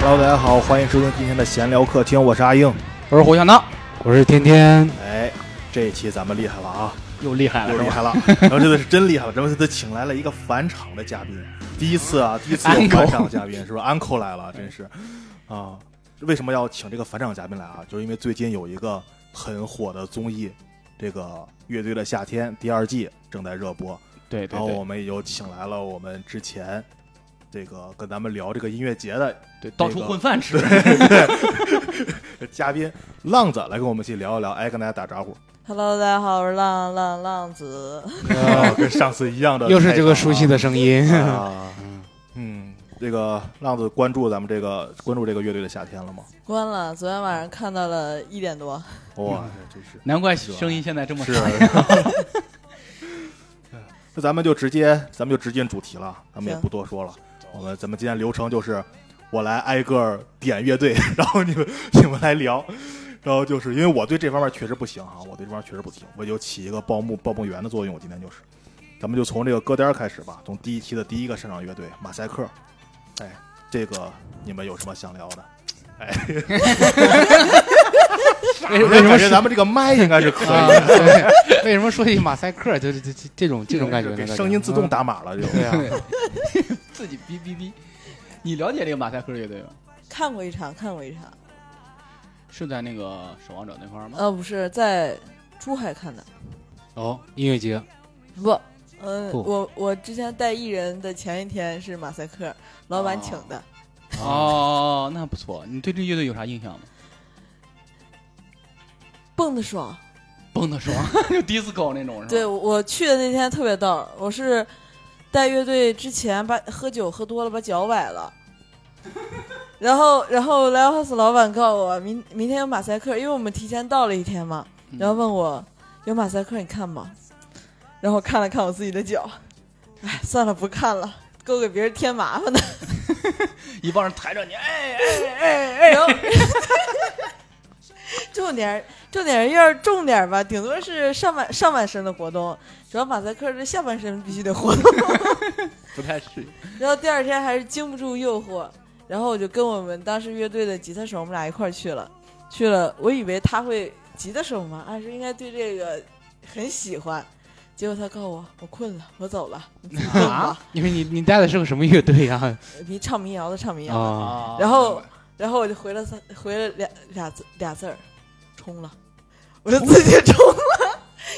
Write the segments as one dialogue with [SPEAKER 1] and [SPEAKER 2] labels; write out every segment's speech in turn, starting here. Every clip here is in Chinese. [SPEAKER 1] Hello，大家好，欢迎收听今天的闲聊客厅，我是阿英。
[SPEAKER 2] 我是胡小闹，
[SPEAKER 3] 我是天天，
[SPEAKER 1] 哎，这一期咱们厉害了啊，
[SPEAKER 2] 又厉害
[SPEAKER 1] 又
[SPEAKER 2] 是
[SPEAKER 1] 厉
[SPEAKER 2] 吧？
[SPEAKER 1] 害了，然后这次是真厉害了，咱们这次请来了一个返场的嘉宾，第一次 啊，第一次有
[SPEAKER 2] Uncle
[SPEAKER 1] 返场嘉宾，是不是？Uncle 来了，真是啊，为什么要请这个返场嘉宾来啊？就是因为最近有一个很火的综艺，这个《乐队的夏天》第二季正在热播，
[SPEAKER 2] 对对
[SPEAKER 1] 然后我
[SPEAKER 2] 对
[SPEAKER 1] 们也就请来了我们之前这个跟咱们聊这个音乐节的
[SPEAKER 2] 对，到处混饭吃。
[SPEAKER 1] 嘉宾浪子来跟我们一起聊一聊，哎，跟大家打招呼，
[SPEAKER 4] Hello，大家好，我是浪浪浪子。
[SPEAKER 1] 啊 跟上次一样的，
[SPEAKER 3] 又是这个熟悉的声音。
[SPEAKER 1] 啊， 嗯，这个浪子关注咱们这个关注这个乐队的夏天了吗？
[SPEAKER 4] 关了，昨天晚上看到了一点多。
[SPEAKER 1] 哇，嗯这真是
[SPEAKER 2] 难怪声音现在这么
[SPEAKER 1] 是
[SPEAKER 2] 差。
[SPEAKER 1] 那咱们就直接，咱们就直接进主题了，咱们也
[SPEAKER 4] 行
[SPEAKER 1] 不多说了。我们咱们今天流程就是，我来挨个儿点乐队， 然后你们你们来聊。然后就是因为我对这方面确实不行哈、啊我对这方面确实不行，我就起一个报幕报幕员的作用。我今天就是，咱们就从这个歌单儿开始吧，从第一期的第一个上场乐队马赛克。哎，这个你们有什么想聊的？
[SPEAKER 3] 为
[SPEAKER 1] 我
[SPEAKER 3] 哎为什么
[SPEAKER 1] 感觉咱 们这个麦应该是可以
[SPEAKER 3] 啊
[SPEAKER 1] 的，
[SPEAKER 3] 对为什么说起马赛克就是这这这种这种感觉
[SPEAKER 1] 给
[SPEAKER 3] 呢？
[SPEAKER 1] 声音自动
[SPEAKER 3] 打。
[SPEAKER 1] 打码了就。
[SPEAKER 3] 对啊，
[SPEAKER 2] 自己哔哔哔。你了解这个马赛克乐队吗？
[SPEAKER 4] 看过一场，看过一场。
[SPEAKER 2] 是在那个守望者那块儿吗？
[SPEAKER 4] 呃，不是在珠海看的，
[SPEAKER 3] 哦，音乐节
[SPEAKER 4] 不，嗯，
[SPEAKER 3] 不
[SPEAKER 4] 我我之前带艺人的前一天是马赛克，老板请的。
[SPEAKER 2] 哦，那不错。你对这乐队有啥印象吗？
[SPEAKER 4] 蹦的爽，
[SPEAKER 2] 蹦的爽， 就 disco 那种
[SPEAKER 3] 啊
[SPEAKER 2] 是吧？
[SPEAKER 4] 对我我去的那天特别逗，我是带乐队之前把喝酒喝多了，把脚崴了，然后然后 l i v e house 老板告诉我明明天有马赛克，因为我们提前到了一天嘛，
[SPEAKER 2] 嗯
[SPEAKER 4] 然后问我有马赛克你看吗？然后看了看我自己的脚，哎，算了，不看了。够给别人添麻烦的，
[SPEAKER 2] 一帮人抬着你，哎，
[SPEAKER 4] 然后 重点儿重点儿要是重点儿吧，顶多是上半上半身的活动，主要马赛克这下半身必须得活动。
[SPEAKER 2] 不太适应。
[SPEAKER 4] 然后第二天还是经不住诱惑，然后我就跟我们当时乐队的吉他手，我们俩一块儿去了，去了。我以为他会吉他手嘛，按说应该对这个很喜欢，结果他告诉我我困了，我走了，你自己蹦吧
[SPEAKER 2] 啊。
[SPEAKER 3] 因为你你带的是个什么乐队啊？
[SPEAKER 4] 迷唱民谣的唱民谣，
[SPEAKER 3] 啊，
[SPEAKER 2] 啊
[SPEAKER 4] 然后然后我就回了三回了俩俩字俩字儿，冲了，我就自己冲了，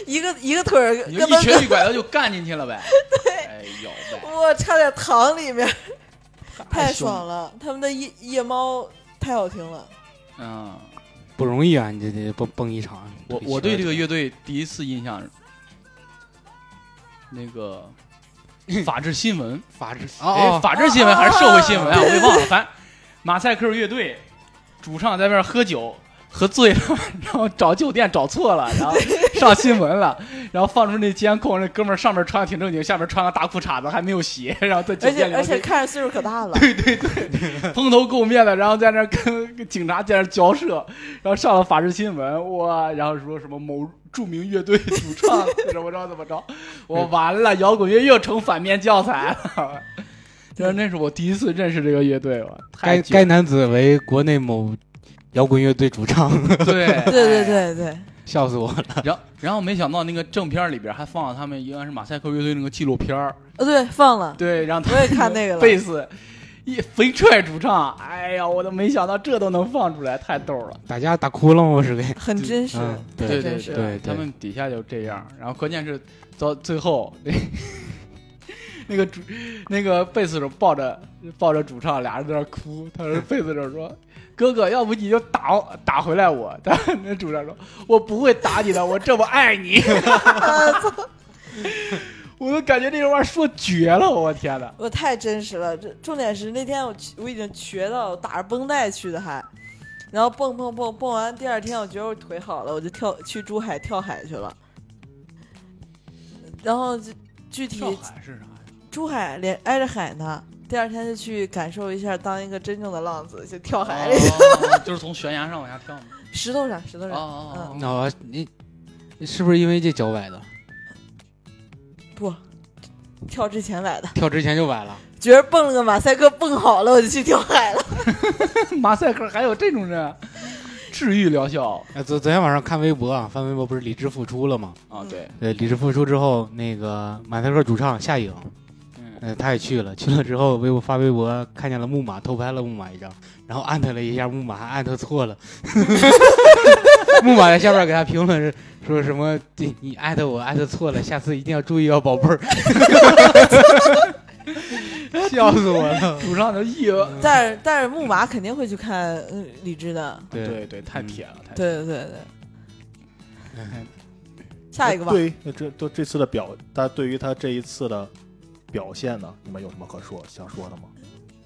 [SPEAKER 4] 一个一个腿儿
[SPEAKER 2] 你就
[SPEAKER 4] 根
[SPEAKER 2] 一
[SPEAKER 4] 本
[SPEAKER 2] 瘸一拐的就干进去 了呗。对，哎呦喂，
[SPEAKER 4] 我差点躺里面，太
[SPEAKER 2] 凶了。
[SPEAKER 4] 爽了！他们的夜夜猫太好听了。
[SPEAKER 2] 嗯，
[SPEAKER 3] 不容易啊！你这这蹦蹦一场，
[SPEAKER 2] 我我对这个乐队第一次印象是，那 个法治新闻，
[SPEAKER 3] 法制
[SPEAKER 2] 哎，
[SPEAKER 3] 哦，
[SPEAKER 2] 法制新闻还是社会新闻啊？我给忘 了。反正马赛克乐队主唱在外边喝酒，喝醉了，然后找酒店找错了， 然后上新闻了，然后放出那监控，那哥们儿上面穿的挺正经，下面穿个大裤衩子，还没有鞋，然后 在酒
[SPEAKER 4] 而且
[SPEAKER 2] 店里
[SPEAKER 4] 而且
[SPEAKER 2] 面
[SPEAKER 4] 看着岁数可大 了，
[SPEAKER 2] 蓬头垢面的，然后在那儿跟 跟警察在那儿交涉，然后上了法制新闻，哇，然后说什么某著名乐队主唱 怎么着怎么着，我完了，摇滚乐又成反面教材了。 就是那是我第一次认识这个乐队吧，太
[SPEAKER 3] 该
[SPEAKER 2] 绝
[SPEAKER 3] 该男子为国内某摇滚乐队主唱，
[SPEAKER 2] 对对
[SPEAKER 4] 对对。对对，
[SPEAKER 3] 笑死我了！
[SPEAKER 2] 然后然后没想到那个正片里边还放了他们应该是马赛克乐队那个纪录片儿，
[SPEAKER 4] 呃对放了，
[SPEAKER 2] 对，让 他
[SPEAKER 4] 我也看那 个了
[SPEAKER 2] 贝斯一肥踹主唱，哎呀，我都没想到这都能放出来，太逗了。
[SPEAKER 3] 打架打哭了吗？我是给
[SPEAKER 4] 很真实。
[SPEAKER 3] 嗯，
[SPEAKER 2] 对
[SPEAKER 3] 对
[SPEAKER 4] 真是
[SPEAKER 2] 对
[SPEAKER 3] 对对
[SPEAKER 2] 他们底下就这样，然后关键是到最后，那个主那个贝斯手抱着抱着主唱，俩人在那儿哭。他说贝斯手说：“哥哥，要不你就打我打回来我。”但是那主唱说：“我不会打你的，我这么爱你。”我都感觉这玩意儿说绝了，我天哪！
[SPEAKER 4] 我太真实了，这重点是那天我去我已经瘸到打着绷带去的还，然后蹦蹦蹦蹦完，第二天我觉得我腿好了，我就跳去珠海跳海去了。然后就具体
[SPEAKER 2] 海是啥呀？
[SPEAKER 4] 珠海连挨着海呢，第二天就去感受一下当一个真正的浪子，就跳海里，
[SPEAKER 2] 哦就是从悬崖上往下跳吗？
[SPEAKER 4] 石头上石头上、
[SPEAKER 2] 哦
[SPEAKER 3] 那我你你是不是因为这脚崴的？
[SPEAKER 4] 不，跳之前崴的，
[SPEAKER 3] 跳之前就崴了。
[SPEAKER 4] 觉着蹦了个马赛克蹦好了，我就去跳海了。嗯
[SPEAKER 2] 马赛克还有这种人，治愈疗效
[SPEAKER 3] 哎，昨昨天晚上看微博啊，翻微博不是理智复出了吗？
[SPEAKER 2] 啊，对，
[SPEAKER 3] 对，理智复出之后，那个马赛克主唱夏颖，
[SPEAKER 2] 嗯，
[SPEAKER 3] 呃，他也去了，去了之后微博发微博看见了木马，偷拍了木马一张，然后艾特了一下木马，还艾特错了。 木马在下边给他评论是说什么？你你艾特我艾特错了，下次一定要注意哦，宝贝儿。 笑死我了。
[SPEAKER 2] 主唱的意
[SPEAKER 4] 但是但是木马肯定会去看嗯李志的，
[SPEAKER 3] 对
[SPEAKER 2] 对嗯对，太铁了，太铁了
[SPEAKER 4] 对对对对。下一个吧，
[SPEAKER 1] 哎对，那这都这次的表，他对于他这一次的表现呢，你们有什么可说想说的吗？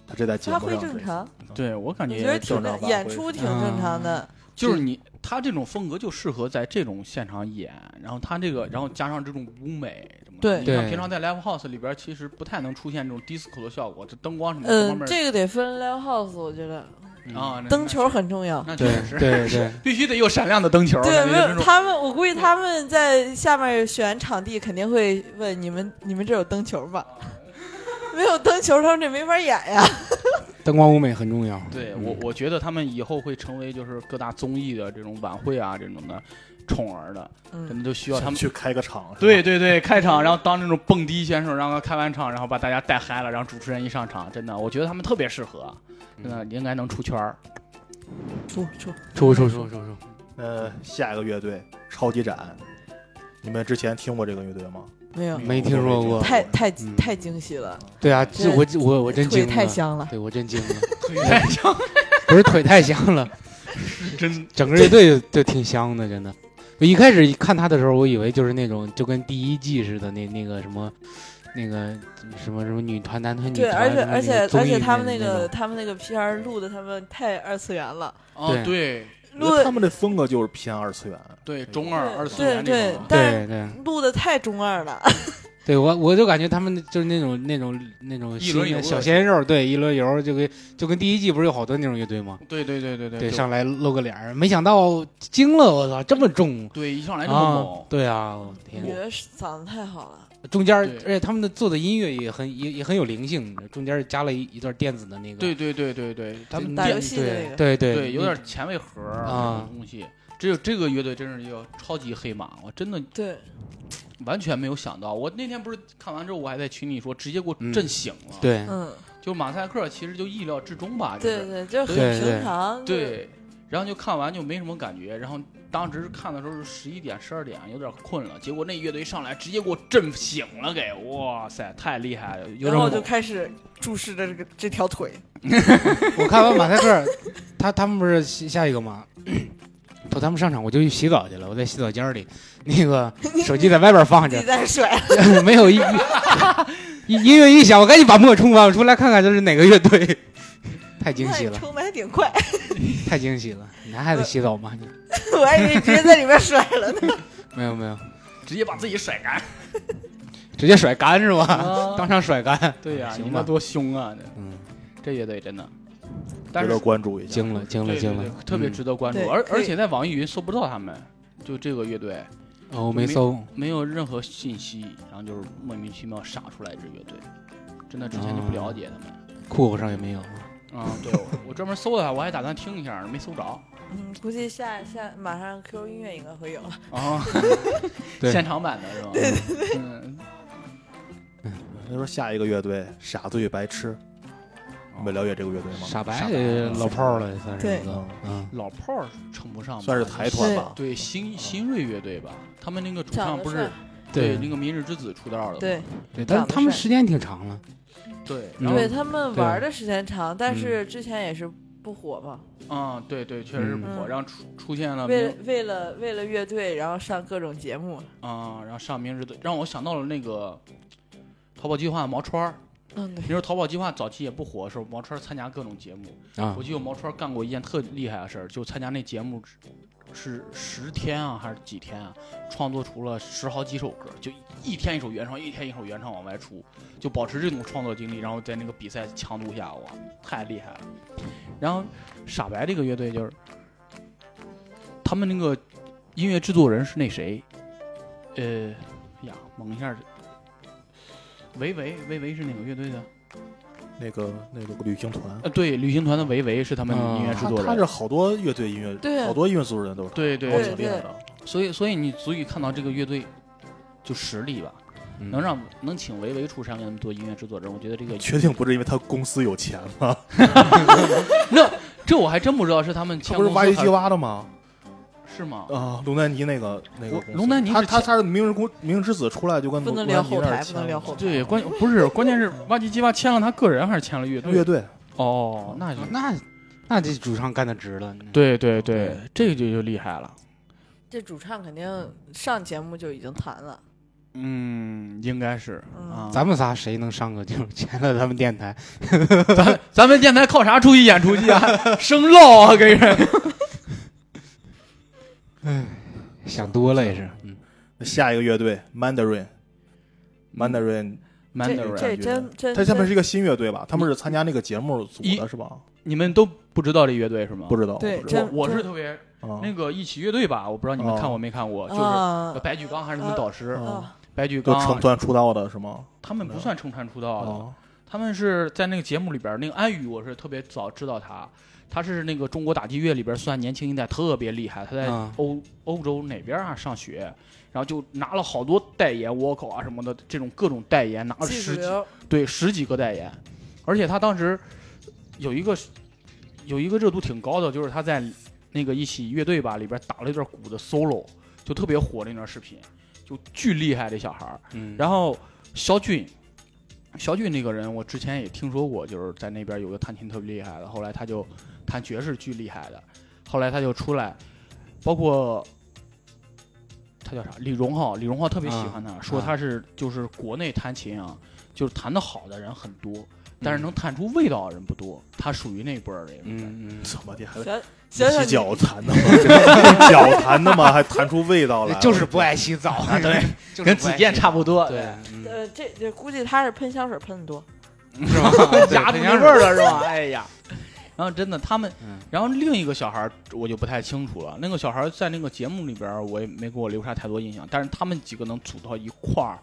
[SPEAKER 1] 他这在节
[SPEAKER 4] 发
[SPEAKER 1] 目
[SPEAKER 4] 挥
[SPEAKER 1] 上
[SPEAKER 4] 正常，
[SPEAKER 2] 对我感
[SPEAKER 4] 我觉得
[SPEAKER 2] 觉
[SPEAKER 4] 挺
[SPEAKER 1] 正常发挥
[SPEAKER 4] 演出挺正常的。
[SPEAKER 2] 就是你他这种风格就适合在这种现场演，然后他这个，然后加上这种舞美什么的，
[SPEAKER 4] 对
[SPEAKER 2] 你像
[SPEAKER 3] 对
[SPEAKER 2] 平常在 live house 里边其实不太能出现这种 disco 的效果，这灯光什么各方
[SPEAKER 4] 嗯，
[SPEAKER 2] 面
[SPEAKER 4] 这个得分 live house，我觉得
[SPEAKER 2] 啊，那
[SPEAKER 4] 灯球很重要。
[SPEAKER 2] 那
[SPEAKER 3] 嗯
[SPEAKER 2] 确
[SPEAKER 3] 对
[SPEAKER 2] 实是
[SPEAKER 3] 对对，
[SPEAKER 2] 必须得有闪亮的灯球，
[SPEAKER 4] 对，
[SPEAKER 2] 感觉
[SPEAKER 4] 没
[SPEAKER 2] 就是那
[SPEAKER 4] 有
[SPEAKER 2] 种
[SPEAKER 4] 他们，我估计他们在下面选场地肯定会问你们：你们这有灯球吧？ 没有灯球，他们这没法演呀。
[SPEAKER 3] 灯光舞美很重要。嗯
[SPEAKER 2] 对我，我觉得他们以后会成为就是各大综艺的这种晚会啊这种的宠儿的，可
[SPEAKER 4] 嗯，
[SPEAKER 2] 能就需要他们
[SPEAKER 1] 去开个场，是吧
[SPEAKER 2] 对，对对，开场，然后当那种蹦迪选手，然后开完场，然后把大家带嗨了，然后主持人一上场，真的，我觉得他们特别适合，真
[SPEAKER 3] 嗯
[SPEAKER 2] 的应该能出圈儿。
[SPEAKER 4] 出出
[SPEAKER 3] 出出出出出，
[SPEAKER 1] 呃，下一个乐队超级展，你们之前听过这个乐队吗？
[SPEAKER 4] 没有，
[SPEAKER 3] 没听说过
[SPEAKER 4] 太太
[SPEAKER 3] 嗯
[SPEAKER 4] 太惊喜了，
[SPEAKER 3] 对啊，这我我我真
[SPEAKER 4] 腿
[SPEAKER 3] 惊
[SPEAKER 4] 太
[SPEAKER 3] 了，
[SPEAKER 4] 香了。
[SPEAKER 3] 对我真惊了，
[SPEAKER 2] 太香，
[SPEAKER 3] 不是腿太香了，
[SPEAKER 2] 真
[SPEAKER 3] 整个乐队就挺香的，真的。我一开始一看他的时候，我以为就是那种就跟第一季似的那那个什么，那个什么什么女团、男团、女
[SPEAKER 4] 对，
[SPEAKER 3] 团，
[SPEAKER 4] 而且
[SPEAKER 3] 什么那
[SPEAKER 4] 而且
[SPEAKER 3] 个综
[SPEAKER 4] 而
[SPEAKER 3] 艺
[SPEAKER 4] 且他们
[SPEAKER 3] 里面
[SPEAKER 4] 那
[SPEAKER 3] 的那
[SPEAKER 4] 个
[SPEAKER 3] 种
[SPEAKER 4] 他们那个片儿录的，他们太二次元了。
[SPEAKER 2] 哦，
[SPEAKER 3] 对
[SPEAKER 2] 对
[SPEAKER 1] 我
[SPEAKER 4] 录
[SPEAKER 1] 觉得他
[SPEAKER 4] 的
[SPEAKER 1] 们的风格就是偏二次元，
[SPEAKER 2] 对，中二
[SPEAKER 4] 对
[SPEAKER 2] 二次元
[SPEAKER 4] 对
[SPEAKER 2] 那种的。
[SPEAKER 4] 但是
[SPEAKER 3] 对对
[SPEAKER 4] 录的太中二了，
[SPEAKER 3] 对，我我就感觉他们就是那种那种那种
[SPEAKER 2] 一轮
[SPEAKER 3] 新的
[SPEAKER 2] 游
[SPEAKER 3] 小鲜肉，对一轮游就跟就跟第一季不是有好多那种乐队吗？
[SPEAKER 2] 对对对对对
[SPEAKER 3] 对，
[SPEAKER 2] 就
[SPEAKER 3] 上来露个脸儿，没想到惊了，我操，这么重
[SPEAKER 2] 对一上来这么
[SPEAKER 3] 啊
[SPEAKER 2] 猛！，
[SPEAKER 3] 对啊，我天
[SPEAKER 4] 我觉，得嗓子太好了。
[SPEAKER 3] 中间儿
[SPEAKER 2] 对
[SPEAKER 3] 而且他们的做的音乐也很也也很有灵性，中间儿加了一一段电子的那个，
[SPEAKER 2] 对对对对对，他们
[SPEAKER 4] 打
[SPEAKER 2] 电
[SPEAKER 4] 游戏的那个
[SPEAKER 3] 对对
[SPEAKER 2] 对有点前卫核
[SPEAKER 3] 啊
[SPEAKER 2] 儿这种东西。只有这个乐队真是要超级黑马，我真的
[SPEAKER 4] 对，
[SPEAKER 2] 完全没有想到。我那天不是看完之后，我还在群里说，直接给我震醒了。
[SPEAKER 3] 对
[SPEAKER 4] 嗯，
[SPEAKER 2] 就马赛克其实就意料之中吧，就
[SPEAKER 4] 对
[SPEAKER 2] 是
[SPEAKER 4] 对，就
[SPEAKER 3] 对
[SPEAKER 4] 很
[SPEAKER 3] 对
[SPEAKER 4] 平常。就
[SPEAKER 2] 对然后就看完就没什么感觉，然后当时看的时候是十一点、十二点，有点困了。结果那乐队上来，直接给我震醒了给，哇塞，太厉害了！有
[SPEAKER 4] 然后我
[SPEAKER 2] 点
[SPEAKER 4] 就开始注视着这个这条腿。
[SPEAKER 3] 我看完马赛克，他他们不是下下一个吗？ 等他们上场，我就去洗澡去了。我在洗澡间里，那个 手机在外边放
[SPEAKER 4] 自
[SPEAKER 3] 着
[SPEAKER 4] 己，在甩，
[SPEAKER 3] 没有音音音乐一响，我赶紧把墨冲完，我出来看看这是哪个乐队。 太惊
[SPEAKER 4] 那
[SPEAKER 3] 喜
[SPEAKER 4] 你
[SPEAKER 3] 了，
[SPEAKER 4] 冲的还挺快，
[SPEAKER 3] 太惊喜了！男孩子洗澡吗？你
[SPEAKER 4] 我还以为直接在里面甩了呢。
[SPEAKER 3] 没有没有，
[SPEAKER 2] 直接把自己甩干。
[SPEAKER 3] 直接甩干是吧？
[SPEAKER 2] 啊
[SPEAKER 3] 当场甩干，
[SPEAKER 2] 对呀、
[SPEAKER 3] 行吧
[SPEAKER 2] 你们多凶啊！
[SPEAKER 3] 嗯，
[SPEAKER 2] 这乐队真的，但
[SPEAKER 1] 值
[SPEAKER 2] 是
[SPEAKER 1] 得关注一下。
[SPEAKER 3] 惊了惊了
[SPEAKER 2] 对对
[SPEAKER 3] 惊
[SPEAKER 2] 对
[SPEAKER 3] 了，，
[SPEAKER 2] 特别
[SPEAKER 3] 嗯
[SPEAKER 2] 值得关注。
[SPEAKER 4] 对
[SPEAKER 2] 而
[SPEAKER 4] 可以
[SPEAKER 2] 而且在网易云搜不到他们，就这个乐队
[SPEAKER 3] 哦，我没搜，
[SPEAKER 2] 没有任何信息，然后就是莫名其妙杀出来一支乐队，真的之前就不了解他们。
[SPEAKER 3] 酷狗上也没有。
[SPEAKER 2] 啊，对，我我专门搜了下，我还打算听一下，没搜着
[SPEAKER 4] 嗯，估计下下马上 QQ 音乐应该会有了。
[SPEAKER 2] 啊。
[SPEAKER 3] 对
[SPEAKER 2] 现场版的是吧？对对对。嗯，
[SPEAKER 1] 他说下一个乐队傻子与白痴，你们了解这个乐队吗？
[SPEAKER 3] 傻白
[SPEAKER 2] 傻白
[SPEAKER 3] 呃老炮儿了，算是
[SPEAKER 4] 对
[SPEAKER 3] 一个，嗯，
[SPEAKER 2] 老炮儿称不上吧，
[SPEAKER 1] 算是台团吧。
[SPEAKER 2] 对新新锐乐队吧，他们那个主
[SPEAKER 4] 长
[SPEAKER 2] 唱
[SPEAKER 4] 得
[SPEAKER 2] 不是
[SPEAKER 4] 帅
[SPEAKER 2] 对那个明日之子出道的，
[SPEAKER 4] 对
[SPEAKER 3] 对，但是他们时间挺长了，
[SPEAKER 2] 对，
[SPEAKER 3] 嗯
[SPEAKER 2] 然后
[SPEAKER 4] 对，嗯他们玩儿的时间长，但是之前也是不火嘛。
[SPEAKER 2] 啊，对对，确实是不火，
[SPEAKER 4] 嗯
[SPEAKER 2] 然后出出现了
[SPEAKER 4] 为
[SPEAKER 2] 明
[SPEAKER 4] 了为了为了乐队，然后上各种节目。
[SPEAKER 2] 啊，然后上明日之子，让我想到了那个淘宝计划毛川儿。
[SPEAKER 4] 嗯，对
[SPEAKER 2] 你，说淘宝计划早期也不火的时候，毛川儿参加各种节目，
[SPEAKER 3] 啊
[SPEAKER 2] 我，记得毛川干过一件特厉害的事儿，就参加那节目是十天啊还是几天啊，创作出了十好几首歌，就一天一首原创，一天一首原创往外出，就保持这种创作精力，然后在那个比赛强度下，哇，太厉害了。然后傻白这个乐队就是，他们那个音乐制作人是那谁，呃，呀，猛一下，维维维维是哪个乐队的？
[SPEAKER 1] 那个那个旅行团，
[SPEAKER 2] 呃，对，旅行团的维维是他们
[SPEAKER 3] 嗯
[SPEAKER 2] 音乐制
[SPEAKER 1] 他
[SPEAKER 2] 作
[SPEAKER 1] 他
[SPEAKER 2] 人，
[SPEAKER 1] 是好多乐队音乐，
[SPEAKER 4] 对
[SPEAKER 1] 好多音乐制作人都是他，
[SPEAKER 2] 对对
[SPEAKER 1] 哦
[SPEAKER 4] 对
[SPEAKER 1] 挺厉害的。
[SPEAKER 2] 所以所以你足以看到这个乐队就实力吧，
[SPEAKER 3] 嗯
[SPEAKER 2] 能让能请维维出山给他们做音乐制作人，我觉得这个
[SPEAKER 1] 确定不是因为他公司有钱吗？
[SPEAKER 2] 那这我还真不知道是他们
[SPEAKER 1] 他
[SPEAKER 2] 签
[SPEAKER 1] 不是
[SPEAKER 2] 公
[SPEAKER 1] 挖
[SPEAKER 2] 司
[SPEAKER 1] 一
[SPEAKER 2] 还
[SPEAKER 1] 鸡
[SPEAKER 2] 是
[SPEAKER 1] 蛙的吗？
[SPEAKER 2] 是吗？
[SPEAKER 1] 啊，龙丹尼那个那个
[SPEAKER 2] 我
[SPEAKER 1] 公司，
[SPEAKER 2] 龙丹尼
[SPEAKER 1] 他
[SPEAKER 2] 是
[SPEAKER 1] 他
[SPEAKER 2] 前
[SPEAKER 1] 他是明日公明日之子出来就跟
[SPEAKER 4] 不
[SPEAKER 1] 龙
[SPEAKER 4] 能
[SPEAKER 1] 龙丹
[SPEAKER 4] 聊
[SPEAKER 1] 尼
[SPEAKER 4] 后
[SPEAKER 1] 那儿
[SPEAKER 4] 台，不
[SPEAKER 1] 签
[SPEAKER 4] 能
[SPEAKER 1] 了
[SPEAKER 4] 聊后台。
[SPEAKER 2] 对，关不是关键是挖吉基巴签了他个人还是签了乐队？
[SPEAKER 1] 乐队，嗯
[SPEAKER 2] 哦，那就
[SPEAKER 3] 那那这主唱干的值了。
[SPEAKER 2] 对对对，这个就就厉害了。
[SPEAKER 4] 这主唱肯定上节目就已经谈了，
[SPEAKER 2] 嗯，应该是
[SPEAKER 4] 嗯
[SPEAKER 2] 啊。
[SPEAKER 3] 咱们仨谁能上个就是签了咱们电台？
[SPEAKER 2] 咱咱们电台靠啥出去演出去啊？ 生唠啊，给人。
[SPEAKER 3] 想多了也是，嗯，
[SPEAKER 1] 下一个乐队 Mandarin。Mandarin，
[SPEAKER 4] 这
[SPEAKER 2] Mandarin，啊
[SPEAKER 4] 这真真
[SPEAKER 1] 他下面
[SPEAKER 4] 真
[SPEAKER 1] 是一个新乐队吧？他们是参加那个节目组的是吧？
[SPEAKER 2] 你们都不知道这乐队是吗？
[SPEAKER 1] 不知道，
[SPEAKER 4] 对
[SPEAKER 1] 我不知道
[SPEAKER 4] 真
[SPEAKER 1] 哦
[SPEAKER 2] 我我是
[SPEAKER 4] 真
[SPEAKER 2] 特别
[SPEAKER 1] 啊
[SPEAKER 2] 那个一起乐队吧，我不知道你们看过没看过，就是
[SPEAKER 4] 啊
[SPEAKER 2] 白举纲还是你们导师
[SPEAKER 1] 啊
[SPEAKER 4] 啊
[SPEAKER 2] 白举
[SPEAKER 1] 就成
[SPEAKER 2] 纲，
[SPEAKER 1] 团出道的是吗？
[SPEAKER 2] 他们不算成团出道的，
[SPEAKER 1] 啊，
[SPEAKER 2] 他们是在那个节目里边儿，那个安宇我是特别早知道他，他是那个中国打击乐里边儿算年轻一代特别厉害，他在
[SPEAKER 1] 嗯
[SPEAKER 3] 啊
[SPEAKER 2] 欧、欧洲哪边儿啊上学，然后就拿了好多代言 w o c a 啊什么的，这种各种代言拿了
[SPEAKER 4] 技术
[SPEAKER 2] 十几
[SPEAKER 4] 流
[SPEAKER 2] 对十几个代言，而且他当时有一个有一个热度挺高的，就是他在那个一起乐队吧里边打了一段鼓的 solo，就特别火那段视频，就巨厉害这小孩儿。
[SPEAKER 3] 嗯
[SPEAKER 2] 然后肖俊，肖俊那个人我之前也听说过，就是在那边有个弹琴特别厉害的，后来他就弹爵士巨厉害的，后来他就出来，包括。他叫啥？李荣浩，李荣浩特别喜欢他，说他是就是国内弹琴啊，就是弹得好的人很多，但是能弹出味道的人不多。他属于那一波儿的人。
[SPEAKER 3] 嗯嗯，
[SPEAKER 1] 怎么的还
[SPEAKER 4] 想想
[SPEAKER 1] 洗
[SPEAKER 4] 想
[SPEAKER 1] 脚弹的吗？ 用脚弹的吗？还弹出味道来？
[SPEAKER 3] 就是不爱洗澡， 对，
[SPEAKER 2] 嗯跟子健差不多，
[SPEAKER 3] 对，
[SPEAKER 4] 你
[SPEAKER 3] 嗯
[SPEAKER 4] 呃，这这估计他是喷香水喷的多，
[SPEAKER 3] 是吧？
[SPEAKER 2] 牙
[SPEAKER 3] 嗯 对
[SPEAKER 2] 都没味 儿了是吧？哎呀，然后真的他们
[SPEAKER 3] 嗯，
[SPEAKER 2] 然后另一个小孩儿我就不太清楚了，那个小孩儿在那个节目里边儿我也没给我留下太多印象，但是他们几个能组到一块儿，